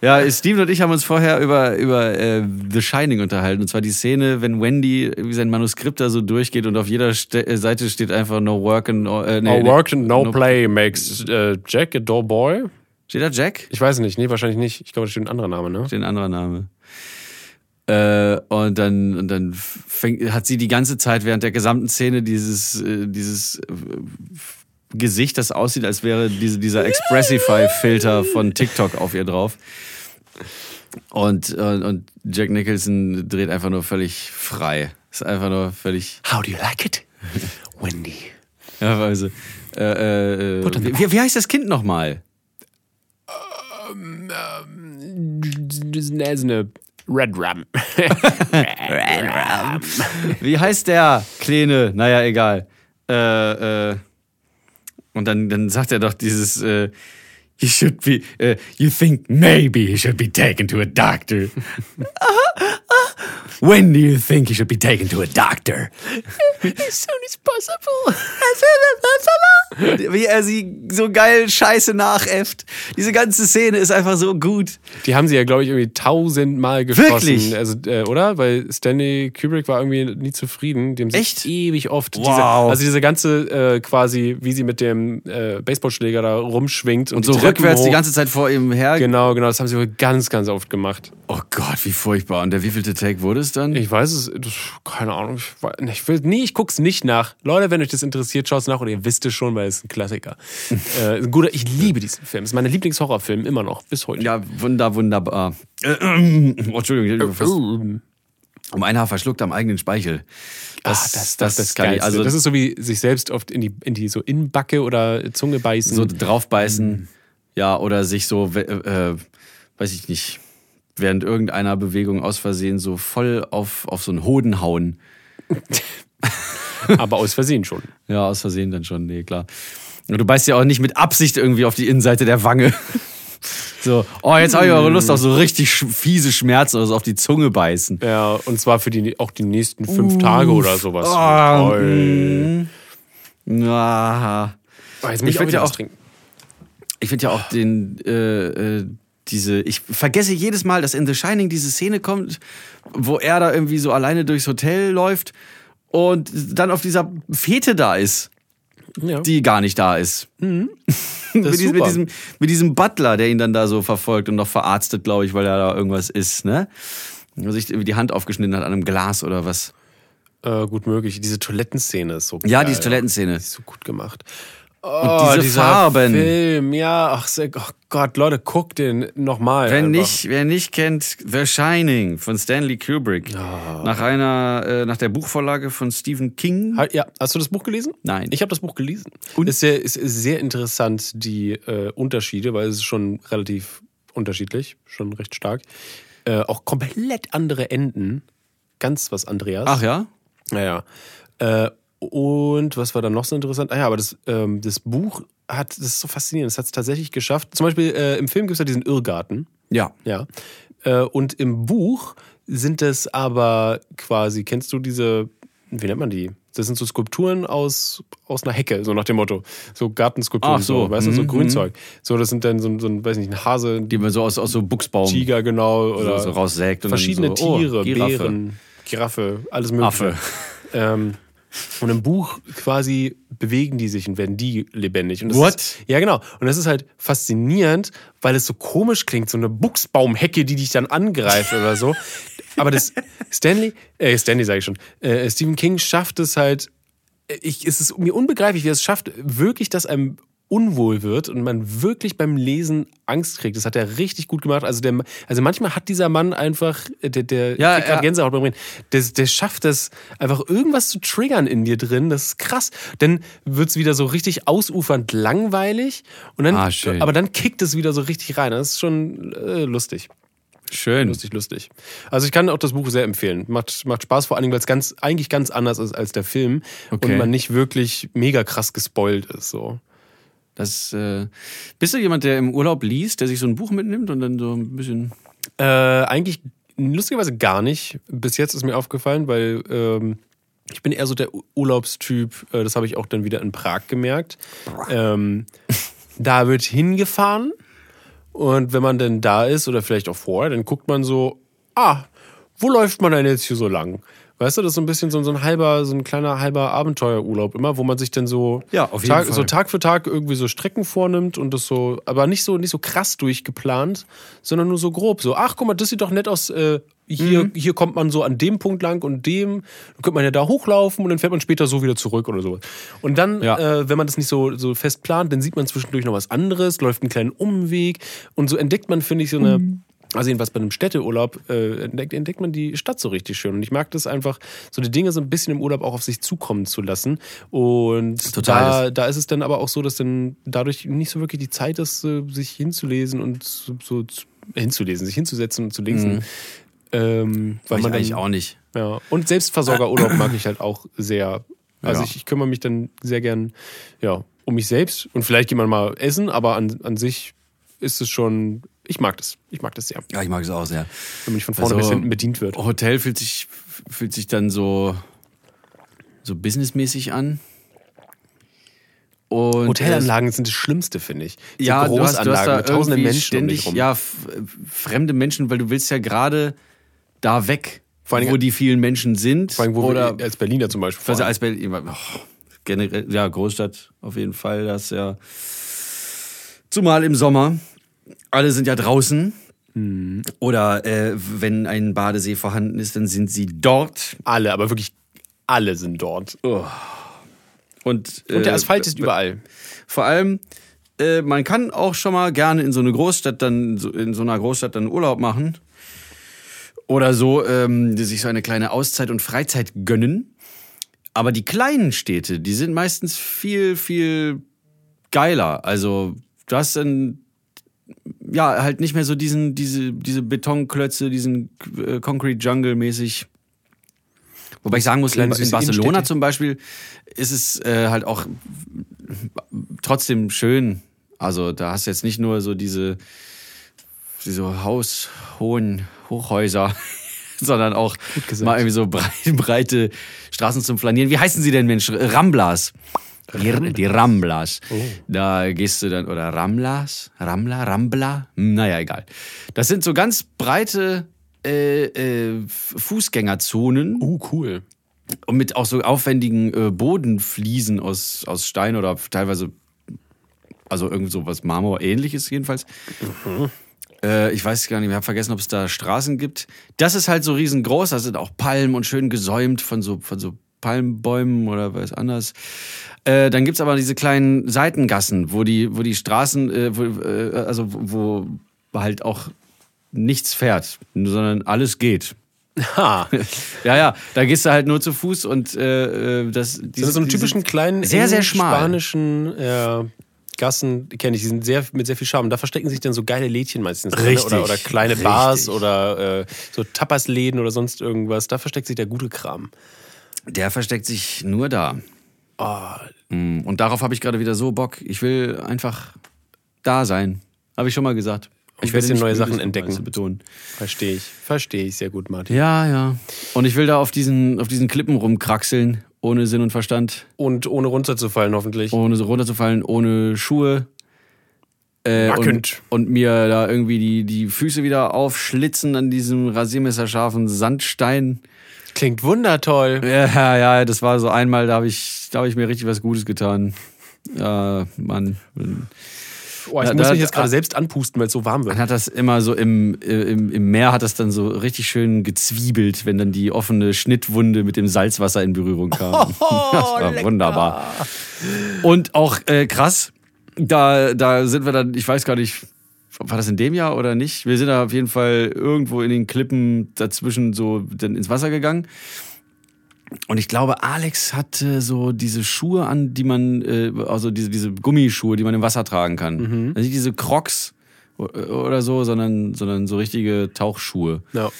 Ja, Steven und ich haben uns vorher über, über äh, The Shining unterhalten. Und zwar die Szene, wenn Wendy wie sein Manuskript da so durchgeht und auf jeder Ste äh, Seite steht einfach No Work and No. Äh, nee,
Oh, work and no play makes äh, Jack a dull boy.
Steht da Jack?
Ich weiß nicht, nee, wahrscheinlich nicht. Ich glaube, das steht ein anderer Name, ne?
Steht ein anderer Name. Äh, und dann, und dann fängt, hat sie die ganze Zeit während der gesamten Szene dieses, äh, dieses äh, Gesicht, das aussieht, als wäre diese, dieser Expressify-Filter von TikTok auf ihr drauf. Und, und, und Jack Nicholson dreht einfach nur völlig frei. Ist einfach nur völlig.
How do you like it? Wendy.
Ja, also, äh, äh, äh,
on the
wie, wie- wie heißt das Kind nochmal?
Das ist eine Red Rum.
Wie heißt der Kleine? Naja, egal. Äh, äh, und dann, dann sagt er doch dieses, äh, you should be, äh, you think maybe he should be taken to a doctor. When do you think he should be taken to a doctor?
As soon as possible.
Wie er sie so geil scheiße nachäfft. Diese ganze Szene ist einfach so gut.
Die haben sie ja, glaube ich, irgendwie tausendmal geschossen.
Wirklich?
Also, äh, oder? Weil Stanley Kubrick war irgendwie nie zufrieden. Dem
Echt?
ewig oft. Wow. Diese,
Wow.
also diese ganze äh, quasi, wie sie mit dem äh, Baseballschläger da rumschwingt. Und,
So
die Treppen
rückwärts
hoch.
die ganze Zeit vor ihm her.
Genau, genau. Das haben sie wohl ganz, ganz oft gemacht.
Oh Gott, wie furchtbar. Und der wievielte Take wurde es dann?
Ich weiß es, das, keine Ahnung. Ich, weiß, ich will, nee, ich guck's nicht nach. Leute, wenn euch das interessiert, schaut's nach oder ihr wisst es schon, weil es ist ein Klassiker. äh, ein guter, ich liebe diesen Film. Es ist mein Lieblingshorrorfilm immer noch bis heute.
Ja, wunder, wunderbar. Äh, ähm, oh, Entschuldigung, ich hätte fast
Uh,
um ein Haar verschluckt am eigenen Speichel. Ah, Das,
Ah, das, das, das, das,
kann ich.
Geilste.
Also
das ist so wie sich selbst oft in die, in die so Innenbacke oder Zunge beißen.
so draufbeißen,
Mhm.
ja, oder sich so, we- äh, äh, weiß ich nicht, während irgendeiner Bewegung aus Versehen so voll auf, auf so einen Hoden hauen.
aber aus Versehen schon.
Ja, aus Versehen dann schon, nee, klar. Und du beißt ja auch nicht mit Absicht irgendwie auf die Innenseite der Wange. So, oh, jetzt habe ich aber Lust auf so richtig sch fiese Schmerzen oder so auf die Zunge beißen.
Ja, und zwar für die, auch die nächsten fünf Tage oder sowas.
Ah,
Toll.
Na.
Ah, jetzt muss
Ich
ich, auch
find ja
wieder was
auch-
trinken.
Ich finde ja auch den, äh, äh, diese, ich vergesse jedes Mal, dass in The Shining diese Szene kommt, wo er da irgendwie so alleine durchs Hotel läuft und dann auf dieser Fete da ist,
Ja.
die gar nicht da ist.
Das
mit,
ist
diesem- mit,
super.
diesem, mit diesem Butler, der ihn dann da so verfolgt und noch verarztet, glaube ich, weil er da irgendwas ist, ne? Wo sich irgendwie die Hand aufgeschnitten hat an einem Glas oder was.
äh, gut möglich. Diese Toilettenszene ist so
Ja,
geil.
diese Toilettenszene.
Die ist so gut gemacht. Oh,
Und diese
dieser
Farben.
Film, ja, ach, sehr- ach Gott, Leute, guckt den nochmal.
Wer
einfach.
nicht, wer nicht kennt The Shining von Stanley Kubrick, nach einer, äh, nach der Buchvorlage von Stephen King.
Ha- Ja, hast du das Buch gelesen?
Nein.
Ich habe das Buch gelesen. Und ist sehr, ist sehr interessant, die äh, Unterschiede, weil es ist schon relativ unterschiedlich, schon recht stark. Äh, auch komplett andere Enden. Ganz was, Andreas.
Ach ja?
Naja. Äh, und was war dann noch so interessant? Ah ja, aber das, ähm, das Buch hat, das ist so faszinierend, das hat es tatsächlich geschafft. Zum Beispiel äh, im Film gibt es ja diesen Irrgarten.
Ja.
Ja. Äh, und im Buch sind es aber quasi, kennst du diese, wie nennt man die? Das sind so Skulpturen aus, aus einer Hecke, so nach dem Motto. So Gartenskulpturen,
Ach so.
weißt du, so
Mhm,
Grünzeug. So, das sind dann so, ein- so ein, weiß nicht, ein Hase, ein
Die man so aus, aus so Buchsbaum
Tiger, genau,
so,
oder
so raussägt. und dann
verschiedene
so, oh,
Tiere,
Giraffe.
Bären, Giraffe, alles mögliche.
Affe.
Ähm, und im Buch quasi bewegen die sich und werden die lebendig. Und das
What?
Ist, ja, genau. Und das ist halt faszinierend, weil es so komisch klingt, so eine Buchsbaumhecke, die dich dann angreift oder so. Aber das Stanley, äh, Stanley sage ich schon, äh, Stephen King schafft es halt, ich, es ist mir unbegreiflich, wie er es schafft, wirklich, dass einem unwohl wird und man wirklich beim Lesen Angst kriegt. Das hat er richtig gut gemacht. Also, der, also manchmal hat dieser Mann einfach, äh, der, der
Ja,
kriegt grad
ja.
Gänsehaut beim Reden, der, der schafft es, einfach irgendwas zu triggern in dir drin. Das ist krass. Dann wird es wieder so richtig ausufernd langweilig und dann,
Ah, schön.
aber dann kickt es wieder so richtig rein. Das ist schon äh, lustig.
Schön.
Lustig, lustig. Also ich kann auch das Buch sehr empfehlen. Macht, macht Spaß, vor allen Dingen, weil es ganz, eigentlich ganz anders ist als der Film
Okay.
und man nicht wirklich mega krass gespoilt ist. So.
Das, äh, bist du jemand, der im Urlaub liest, der sich so ein Buch mitnimmt und dann so ein bisschen.
Äh, eigentlich lustigerweise gar nicht. Bis jetzt ist mir aufgefallen, weil ähm, ich bin eher so der U- Urlaubstyp. Äh, das habe ich auch dann wieder in Prag gemerkt. Ähm, da wird hingefahren Und wenn man denn da ist oder vielleicht auch vorher, dann guckt man so, ah, wo läuft man denn jetzt hier so lang? Weißt du, das ist so ein bisschen so, so ein halber, so ein kleiner halber Abenteuerurlaub immer, wo man sich dann so,
Ja, auf jeden
Tag,
Fall.
so Tag für Tag irgendwie so Strecken vornimmt und das so, aber nicht so, nicht so krass durchgeplant, sondern nur so grob. So, ach guck mal, das sieht doch nett aus. Äh, hier,
Mhm.
hier kommt man so an dem Punkt lang und dem, dann könnte man ja da hochlaufen und dann fährt man später so wieder zurück oder sowas. Und dann,
Ja.
äh, wenn man das nicht so, so fest plant, dann sieht man zwischendurch noch was anderes, läuft einen kleinen Umweg und so entdeckt man, finde ich, so eine. Also jedenfalls bei einem Städteurlaub äh, entdeckt, entdeckt man die Stadt so richtig schön. Und ich mag das einfach, so die Dinge so ein bisschen im Urlaub auch auf sich zukommen zu lassen. Und
Total, das
da, Äh, da ist es dann aber auch so, dass dann dadurch nicht so wirklich die Zeit ist, äh, sich hinzulesen und so, so zu- hinzulesen, sich hinzusetzen und zu lesen. Ähm, weil
Ich
man
eigentlich
dann,
auch nicht.
Ja. Und Selbstversorgerurlaub mag ich halt auch sehr. Also
Ja.
ich, ich kümmere mich dann sehr gern ja, um mich selbst und vielleicht jemand mal essen, aber an, an sich ist es schon, ich mag das. Ich mag das sehr,
Ja, ich mag es auch sehr.
wenn man von vorne bis hinten bedient wird.
Hotel fühlt sich, fühlt sich dann so, so businessmäßig an. Und
Hotelanlagen sind das Schlimmste, finde ich. So
ja, du hast, du
Großanlagen
hast da
mit tausenden
irgendwie
Menschen um dich
ständig,
rum.
ja, f- äh, fremde Menschen, weil du willst ja gerade da weg,
Vor allen
wo
Dingen-
die vielen Menschen sind.
Vor allem, wo
oder
wir, als Berliner zum Beispiel.
also als Berlin, oh, generell, ja, Großstadt auf jeden Fall, das ist ja zumal im Sommer, alle sind ja draußen.
Mhm.
Oder äh, wenn ein Badesee vorhanden ist, dann sind sie dort.
alle, aber wirklich alle sind dort.
Und,
Und der
äh,
Asphalt ist überall.
Vor allem, äh, man kann auch schon mal gerne in so eine Großstadt dann, so- in so einer Großstadt dann Urlaub machen. Oder so, ähm, die sich so eine kleine Auszeit und Freizeit gönnen. Aber die kleinen Städte, die sind meistens viel, viel geiler. Also, du hast dann, ja, halt nicht mehr so diesen, diese, diese Betonklötze, diesen äh, Concrete Jungle mäßig. Wobei ich sagen muss,
Kleine,
in, in
süße
Barcelona
Innenstädte.
zum Beispiel ist es äh, halt auch trotzdem schön. Also da hast du jetzt nicht nur so diese, diese haushohen Hochhäuser, sondern auch
gesagt.
mal irgendwie so breite, breite Straßen zum Flanieren. Wie heißen sie denn, Mensch? Ramblas. Die, die Ramblas. Da gehst du dann, oder Ramlas? Ramla? Rambla? Hm, Naja, egal. Das sind so ganz breite äh, äh, Fußgängerzonen
Uh, cool.
und mit auch so aufwendigen äh, Bodenfliesen aus, aus Stein oder teilweise, also irgend so was Marmor-ähnliches jedenfalls. Äh, ich weiß gar nicht, ich habe vergessen, ob es da Straßen gibt. Das ist halt so riesengroß, da sind auch Palmen und schön gesäumt von so, von so Palmbäumen oder was anders. Äh, dann gibt's aber diese kleinen Seitengassen, wo die, wo die Straßen, äh, wo, äh, also wo wo halt auch nichts fährt, sondern alles geht.
Ha. Das
Ja, ja, da gehst du halt nur zu Fuß und äh, äh, das. Diese,
sind so einen
diese-
typischen kleinen,
sehr, sehr
engen,
schmal.
spanischen äh, Gassen, kenne ich, die sind sehr, mit sehr viel Charme. Da verstecken sich dann so geile Lädchen meistens. drin,
Richtig.
Oder, oder kleine
Richtig.
Bars oder äh, so Tapasläden oder sonst irgendwas. Da versteckt sich der gute Kram.
Der versteckt sich nur da.
Ah,
Mm, Und darauf habe ich gerade wieder so Bock. Ich will einfach da sein. Habe ich schon mal gesagt.
Und
ich werde
bisschen
nicht
neue
müde,
Sachen
das nochmal
entdecken.
zu Betonen.
Verstehe ich. Verstehe ich sehr gut, Martin.
Ja, ja. Und ich will da auf diesen, auf diesen Klippen rumkraxeln, ohne Sinn und Verstand,
Und ohne runterzufallen, hoffentlich.
ohne so runterzufallen, ohne Schuhe. Äh, und,
Wackelnd.
und mir da irgendwie die, die Füße wieder aufschlitzen an diesem rasiermesserscharfen Sandstein.
Klingt wundertoll.
Ja, ja, das war so einmal, da habe ich, da hab ich mir richtig was Gutes getan. Äh, Mann. Man
Oh, ich
Na,
muss
da-
mich jetzt
ah.
gerade selbst anpusten, weil es so warm wird.
hat das immer so im, äh, im, im Meer hat das dann so richtig schön gezwiebelt, wenn dann die offene Schnittwunde mit dem Salzwasser in Berührung kam. das war wunderbar. Und auch äh, krass, da, da sind wir dann, ich weiß gar nicht, war das in dem Jahr oder nicht? Wir sind da auf jeden Fall irgendwo in den Klippen dazwischen so dann ins Wasser gegangen. Und ich glaube, Alex hatte so diese Schuhe an, die man, äh, also diese, diese Gummischuhe, die man im Wasser tragen kann. Also nicht diese Crocs o- oder so, sondern, sondern so richtige Tauchschuhe.
Ja,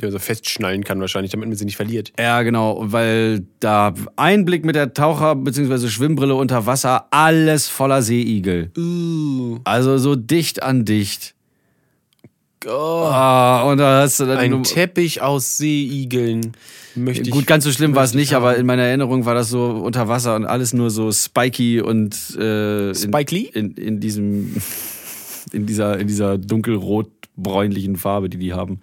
die man so festschnallen kann wahrscheinlich, damit man sie nicht verliert.
Ja, genau, weil da Einblick mit der Taucher- bzw. Schwimmbrille unter Wasser, alles voller Seeigel. Also so dicht an dicht. Ah, und da hast du dann
Ein
nur-
Teppich aus Seeigeln möchte ich.
Gut, ganz so schlimm war es nicht, aber in meiner Erinnerung war das so unter Wasser und alles nur so spiky und äh,
Spike Lee?
in, in, in diesem in dieser, in dieser dunkelrot-bräunlichen Farbe, die die haben.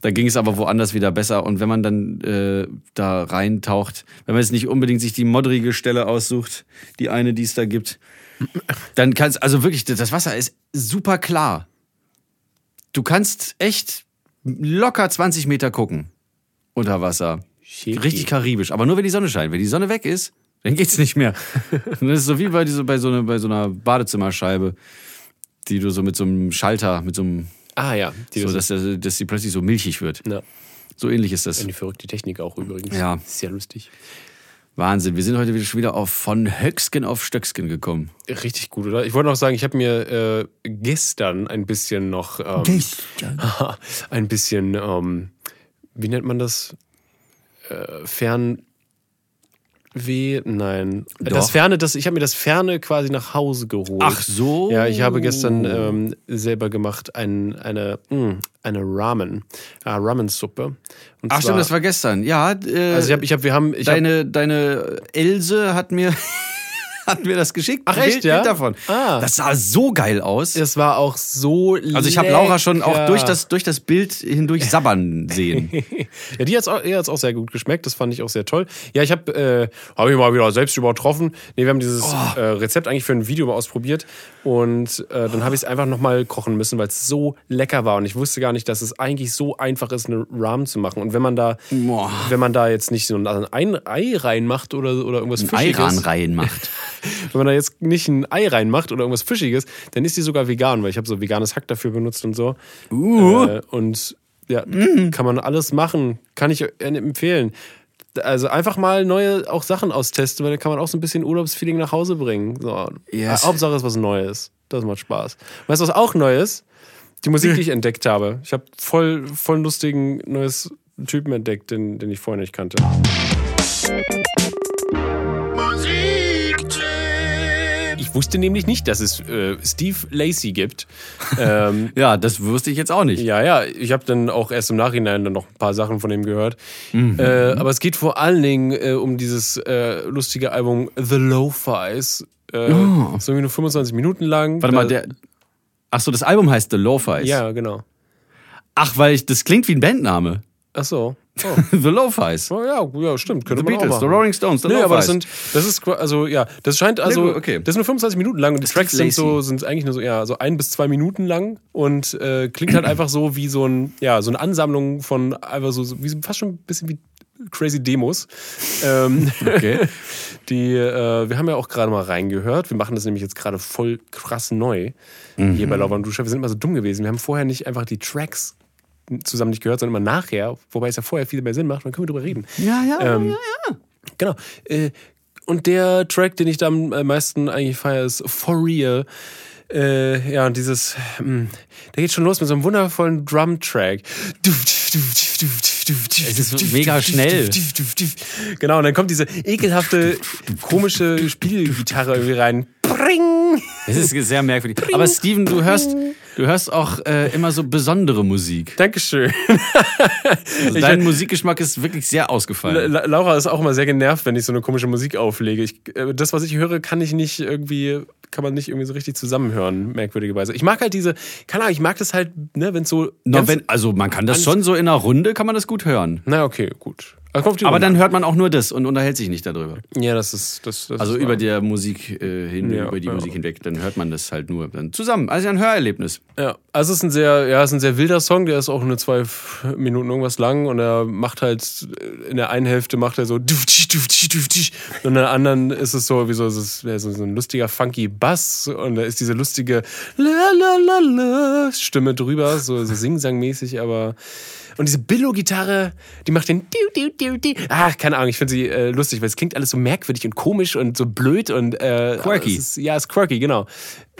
Da ging es aber woanders wieder besser. Und wenn man dann äh, da reintaucht, wenn man jetzt nicht unbedingt sich die modrige Stelle aussucht, die eine, die es da gibt, dann kannst also wirklich, das Wasser ist super klar. Du kannst echt locker 20 Meter gucken unter Wasser.
Schicki.
Richtig karibisch, aber nur wenn die Sonne scheint. Wenn die Sonne weg ist, dann geht's nicht mehr. Und das ist so wie bei, diese, bei, so einer- bei so einer Badezimmerscheibe, die du so mit so einem Schalter, mit so einem,
Ah ja, die
so, dass, der- dass die plötzlich so milchig wird.
ja.
So ähnlich ist das.
Eine verrückte Technik auch übrigens.
Ja.
Sehr lustig.
Wahnsinn. Wir sind heute wieder schon wieder auf von Höcksken auf Stöcksken gekommen.
Richtig gut, oder? Ich wollte noch sagen, ich habe mir äh, gestern ein bisschen noch. Ähm, ein bisschen, ähm, wie nennt man das? Äh, Fernweh? Nein. Das Ferne, das, ich habe mir das Ferne quasi nach Hause geholt.
Ach so.
Ja, ich habe gestern ähm, selber gemacht ein, eine, mh, eine Ramen, äh, Ramen-Suppe. Und
Ach stimmt,
zwar-
das war gestern. Ja, äh,
Also ich habe, ich hab, wir haben, ich hab,
deine, deine Else hat mir, hat mir das geschickt.
Ach,
Ein
echt,
Bild,
ja?
Bild davon.
Ah.
Das sah so geil aus.
das war auch so
Also ich habe
lecker.
Laura schon auch durch das, durch das Bild hindurch sabbern sehen.
ja, die hat's auch, ihr hat's auch sehr gut geschmeckt. Das fand ich auch sehr toll. Ja, ich habe äh, hab ich mal wieder selbst übertroffen. Nee, wir haben dieses äh,
Oh.
Rezept eigentlich für ein Video mal ausprobiert. Und äh, dann habe ich es einfach nochmal kochen müssen, weil es so lecker war. Und ich wusste gar nicht, dass es eigentlich so einfach ist, eine Ramen zu machen. Und wenn man da,
Boah.
wenn man da jetzt nicht so ein ein Ei reinmacht oder, oder irgendwas Fischiges.
Eiran reinmacht.
Wenn man da jetzt nicht ein Ei reinmacht oder irgendwas Fischiges, dann ist die sogar vegan, weil ich habe so veganes Hack dafür benutzt und so. Äh, und ja, kann man alles machen. Kann ich äh, empfehlen. Also einfach mal neue auch Sachen austesten, weil dann kann man auch so ein bisschen Urlaubsfeeling nach Hause bringen. So.
Yes.
Äh, Hauptsache ist was Neues. Das macht Spaß. Weißt du, was auch Neues? Die Musik, die ich entdeckt habe. Ich habe voll, voll lustigen neues Typen entdeckt, den, den ich vorher nicht kannte. Ich wusste nämlich nicht, dass es äh, Steve Lacey gibt. Ähm,
Ja, das wusste ich jetzt auch nicht.
ja, ja, ich habe dann auch erst im Nachhinein dann noch ein paar Sachen von ihm gehört.
Mhm.
Äh, aber es geht vor allen Dingen äh, um dieses äh, lustige Album The Lo-Fi's. Äh, So wie nur 25 Minuten lang.
Oh. Warte mal,
Da-
der. Ach so, das Album heißt The Lo-Fi's.
Ja, genau.
Ach, weil ich, das klingt wie ein Bandname.
Ach so. Oh.
The Lo-Fi's.
Oh, ja, ja, stimmt. Könnte
The
man
Beatles,
auch
The
machen.
Rolling Stones, The
Nö, aber das
Lo-Fi's.
sind, das ist, qua- also ja, das scheint also,
gut, okay.
das sind nur 25 Minuten lang und die Tracks sind
Lacey.
so, sind eigentlich nur so, ja, so ein bis zwei Minuten lang und äh, klingt halt einfach so wie so ein, ja, so eine Ansammlung von einfach so, so wie so- fast schon ein bisschen wie crazy Demos. ähm,
Okay.
die, äh, wir haben ja auch gerade mal reingehört. Wir machen das nämlich jetzt gerade voll krass neu hier bei
Mhm.
Laura und Duscher. Wir sind immer so dumm gewesen. Wir haben vorher nicht einfach die Tracks zusammen nicht gehört, sondern immer nachher, wobei es ja vorher viel mehr Sinn macht, dann können wir drüber reden.
Ja, ja,
Ähm,
ja,
Genau. Äh, und der Track, den ich da am äh, meisten eigentlich feiere, ist For Real. Äh, ja, und dieses, mh, da geht schon los mit so einem wundervollen Drum-Track. Es
ist mega schnell.
Genau, und dann kommt diese ekelhafte, komische Spielgitarre irgendwie rein. Pring!
Es ist sehr merkwürdig. Aber Steven, du hörst, du hörst auch äh, immer so besondere Musik.
Dankeschön.
Also
Ich-
dein Musikgeschmack ist wirklich sehr
La-
ausgefallen.
La- Laura ist auch immer sehr genervt, wenn ich so eine komische Musik auflege. Ich, äh, das, was ich höre, kann ich nicht irgendwie, kann man nicht irgendwie so richtig zusammenhören, merkwürdigerweise. Ich mag halt diese, keine Ahnung, ich mag das halt, ne, wenn es so.
Na,
ganz-
wenn, also man kann das schon so in einer Runde, kann man das gut hören.
na, okay, gut. Aber kommt die
Aber
Runde.
dann hört man auch nur das und unterhält sich nicht darüber.
Ja, das ist. Das, das
Also
ist
über der Musik äh, hin,
Ja,
über die
ja.
Musik hinweg, dann hört man das halt nur dann zusammen. Also ein Hörerlebnis.
Ja, also es ist ein sehr, ja, es ist ein sehr wilder Song, der ist auch nur zwei Minuten irgendwas lang und er macht halt, in der einen Hälfte macht er so duftisch, duftisch, duftisch und in der anderen ist es so, wie so, es ist ja, so so ein lustiger, funky Bass und da ist diese lustige la la la la Stimme drüber, so, so singsangmäßig, aber und diese Billo-Gitarre, die macht den diu, diu, diu, diu. Ach, keine Ahnung, ich finde sie äh, lustig, weil es klingt alles so merkwürdig und komisch und so blöd und äh,
Quirky.
es ist, ja, es ist quirky, genau.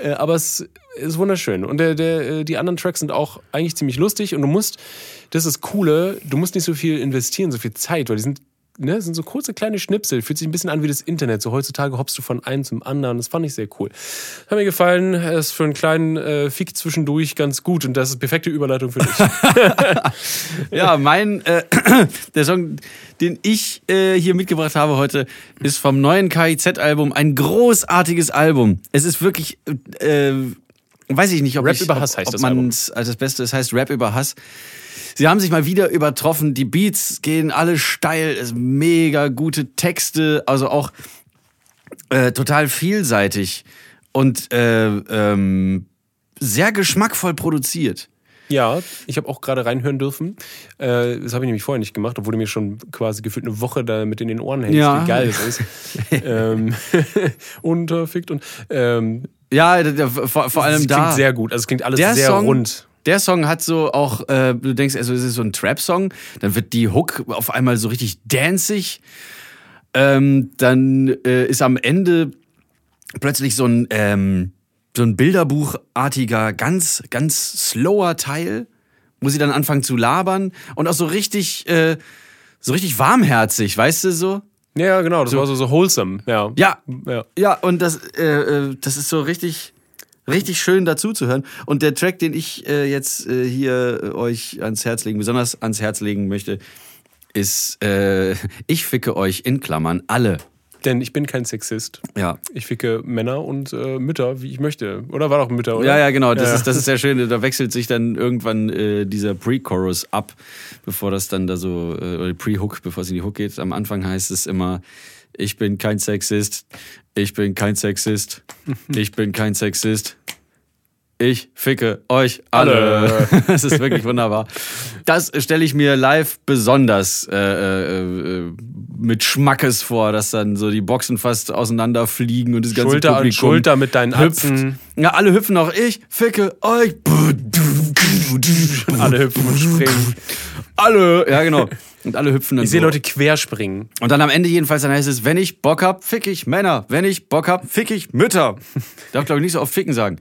Äh, aber es ist wunderschön. Und der, der, äh, die anderen Tracks sind auch eigentlich ziemlich lustig. Und du musst, das ist das Coole, du musst nicht so viel investieren, so viel Zeit, weil die sind, ne, das sind so kurze kleine Schnipsel. Fühlt sich ein bisschen an wie das Internet. So heutzutage hoppst du von einem zum anderen. Das fand ich sehr cool. Hat mir gefallen. Ist für einen kleinen äh, Fick zwischendurch ganz gut. Und das ist perfekte Überleitung für dich.
Ja, mein äh, der Song, den ich äh, hier mitgebracht habe heute, ist vom neuen KIZ-Album ein großartiges Album. Es ist wirklich äh, weiß ich nicht, ob,
Rap
ich,
über
ob,
Hass heißt
ob
das Album.
man's als das Beste, es heißt Rap über Hass. Sie haben sich mal wieder übertroffen, die Beats gehen alle steil, es mega gute Texte, also auch äh, total vielseitig und äh, ähm, sehr geschmackvoll produziert.
Ja, ich habe auch gerade reinhören dürfen. Äh, das habe ich nämlich vorher nicht gemacht, obwohl du mir schon quasi gefühlt eine Woche damit in den Ohren hängst,
Ja.
wie geil es ist. ähm, unterfickt und ähm,
Ja, d- d- vor, vor allem
es
da.
klingt sehr gut. Also es klingt alles
der
sehr
Song,
rund.
Der Song hat so auch, äh, du denkst, also es ist so ein Trap-Song, dann wird die Hook auf einmal so richtig danzig. Ähm, dann äh, ist am Ende plötzlich so ein, ähm, so ein Bilderbuchartiger, ganz, ganz slower Teil, wo sie dann anfangen zu labern und auch so richtig, äh, so richtig warmherzig, weißt du so?
Ja, genau, das war so, so wholesome. Ja.
Ja,
ja.
ja, und das, äh, äh, das ist so richtig, richtig schön dazu zu hören. Und der Track, den ich äh, jetzt äh, hier äh, euch ans Herz legen, besonders ans Herz legen möchte, ist äh, Ich ficke euch in Klammern alle.
Denn ich bin kein Sexist.
Ja.
Ich ficke Männer und äh, Mütter, wie ich möchte. Oder war doch Mütter, oder?
Ja, ja, genau. Das,
Ja.
Ist, das ist sehr schön. Da wechselt sich dann irgendwann äh, dieser Pre-Chorus ab, bevor das dann da so, äh, oder die Pre-Hook, bevor es in die Hook geht. Am Anfang heißt es immer, ich bin kein Sexist, ich bin kein Sexist, ich bin kein Sexist. Ich ficke euch alle. Es ist wirklich wunderbar. Das stelle ich mir live besonders äh, äh, äh, mit Schmackes vor, dass dann so die Boxen fast auseinanderfliegen und das ganze
Schulter an
Publikum
Schulter mit deinen
hüpft.
Apfen.
Mhm. Ja, alle hüpfen auch. Ich ficke euch. Und
Alle hüpfen und springen.
Alle. Ja, genau. Und alle hüpfen dann
Ich sehe
so.
Leute querspringen.
Und dann am Ende jedenfalls, dann heißt es, wenn ich Bock hab, fick ich Männer. Wenn ich Bock hab, fick ich Mütter. Darf, glaube ich, nicht so oft ficken sagen.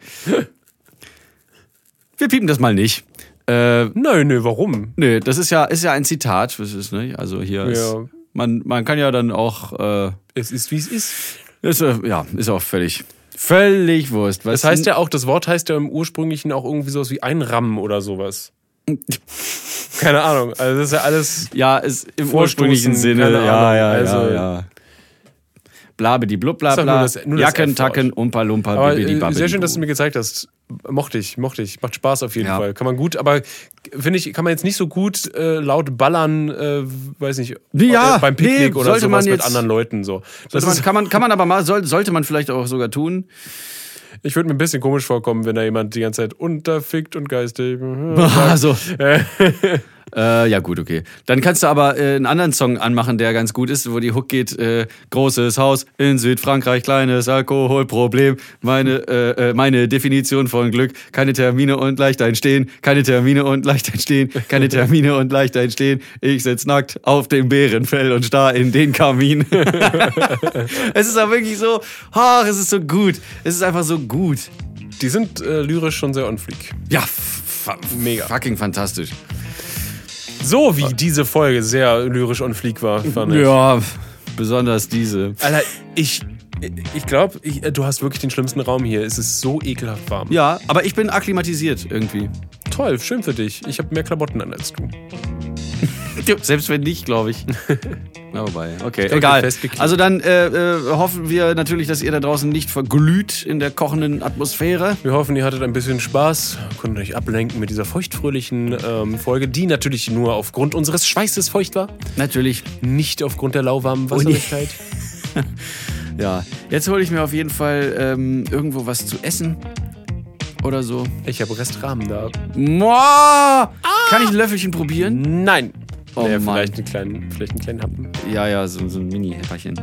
Wir piepen das mal nicht. Äh,
Nö, nö, warum?
nö, das ist ja, ist ja ein Zitat. Das ist, ne? Also hier ist,
Ja.
man, man kann ja dann auch, äh,
Es ist, wie es ist.
ist, äh, ja, ist auch völlig, völlig Wurst. Was
Das heißt ja auch, das Wort heißt ja im ursprünglichen auch irgendwie sowas wie einrammen oder sowas. Keine Ahnung. Also das ist ja alles.
Ja, ist im
Vorstoßen,
ursprünglichen Sinne.
keine
Ja,
Ahnung,
ja,
also-
ja, ja. Blabe die blub, bla,
Ist doch
bla.
nur das- nur das
Jacken,
F-Wort.
Tacken, Umpa, Lumpa,
Aber
Bibidi,
äh,
Babidi,
sehr schön, dass du
Bu.
mir gezeigt hast. Mochte ich, mochte ich. Macht Spaß auf jeden
Ja.
Fall. Kann man gut, aber finde ich, kann man jetzt nicht so gut äh, laut ballern, äh, weiß nicht,
Ja,
äh, beim Picknick
nee,
oder
sollte
sowas
man
mit
jetzt-
anderen Leuten so. Das
Sollte man,
ist,
kann, man, kann man aber mal, soll, sollte man vielleicht auch sogar tun.
ich würde mir ein bisschen komisch vorkommen, wenn da jemand die ganze Zeit unterfickt und geistig. mhm,
Also, äh, ja gut, okay. Dann kannst du aber äh, einen anderen Song anmachen, der ganz gut ist, wo die Hook geht, äh, großes Haus in Südfrankreich, kleines Alkoholproblem, meine, äh, äh, meine Definition von Glück, keine Termine und leicht einstehen, keine Termine und leicht einstehen, keine Termine und leicht einstehen, ich sitz nackt auf dem Bärenfell und starr in den Kamin. es ist auch wirklich so, ach, es ist so gut, es ist einfach so gut.
Die sind äh, lyrisch schon sehr on fleek.
Ja, fa-
Mega.
fucking fantastisch.
So wie diese Folge sehr lyrisch on fleek war, fand ich.
Ja, besonders diese.
Alter, ich, ich glaube, ich, äh, du hast wirklich den schlimmsten Raum hier. Es ist so ekelhaft warm.
Ja, aber ich bin akklimatisiert irgendwie.
Toll, schön für dich. Ich habe mehr Klamotten an als du.
Selbst wenn nicht, glaube ich. Na, wobei. Okay,
glaub,
egal.
festgeklebt.
Also dann äh, äh, hoffen wir natürlich, dass ihr da draußen nicht verglüht in der kochenden Atmosphäre.
Wir hoffen, ihr hattet ein bisschen Spaß, konntet euch ablenken mit dieser feuchtfröhlichen ähm, Folge, die natürlich nur aufgrund unseres Schweißes feucht war,
Natürlich.
nicht aufgrund der lauwarmen Wasserigkeit.
Ja. Jetzt hole ich mir auf jeden Fall ähm, irgendwo was zu essen. Oder so.
Ich habe Restrahmen da.
Moa! Kann ich ein Löffelchen probieren?
Nein.
Oh
naja,
Mann.
vielleicht einen kleinen, vielleicht einen kleinen Happen.
Ja, ja, so, so ein Mini-Häpperchen.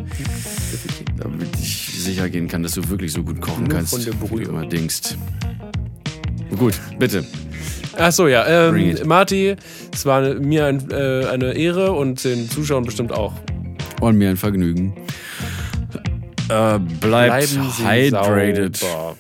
Damit ich sicher gehen kann, dass du wirklich so gut kochen
Nur
kannst,
von der
wie
Brühe.
du immer denkst. Gut, bitte.
Ach so, ja.
Bring
Ähm,
it.
Marti, es war mir ein, äh, eine Ehre und den Zuschauern bestimmt auch.
Und mir ein Vergnügen. Äh, bleibt
Bleiben Sie
hydrated.
sauber.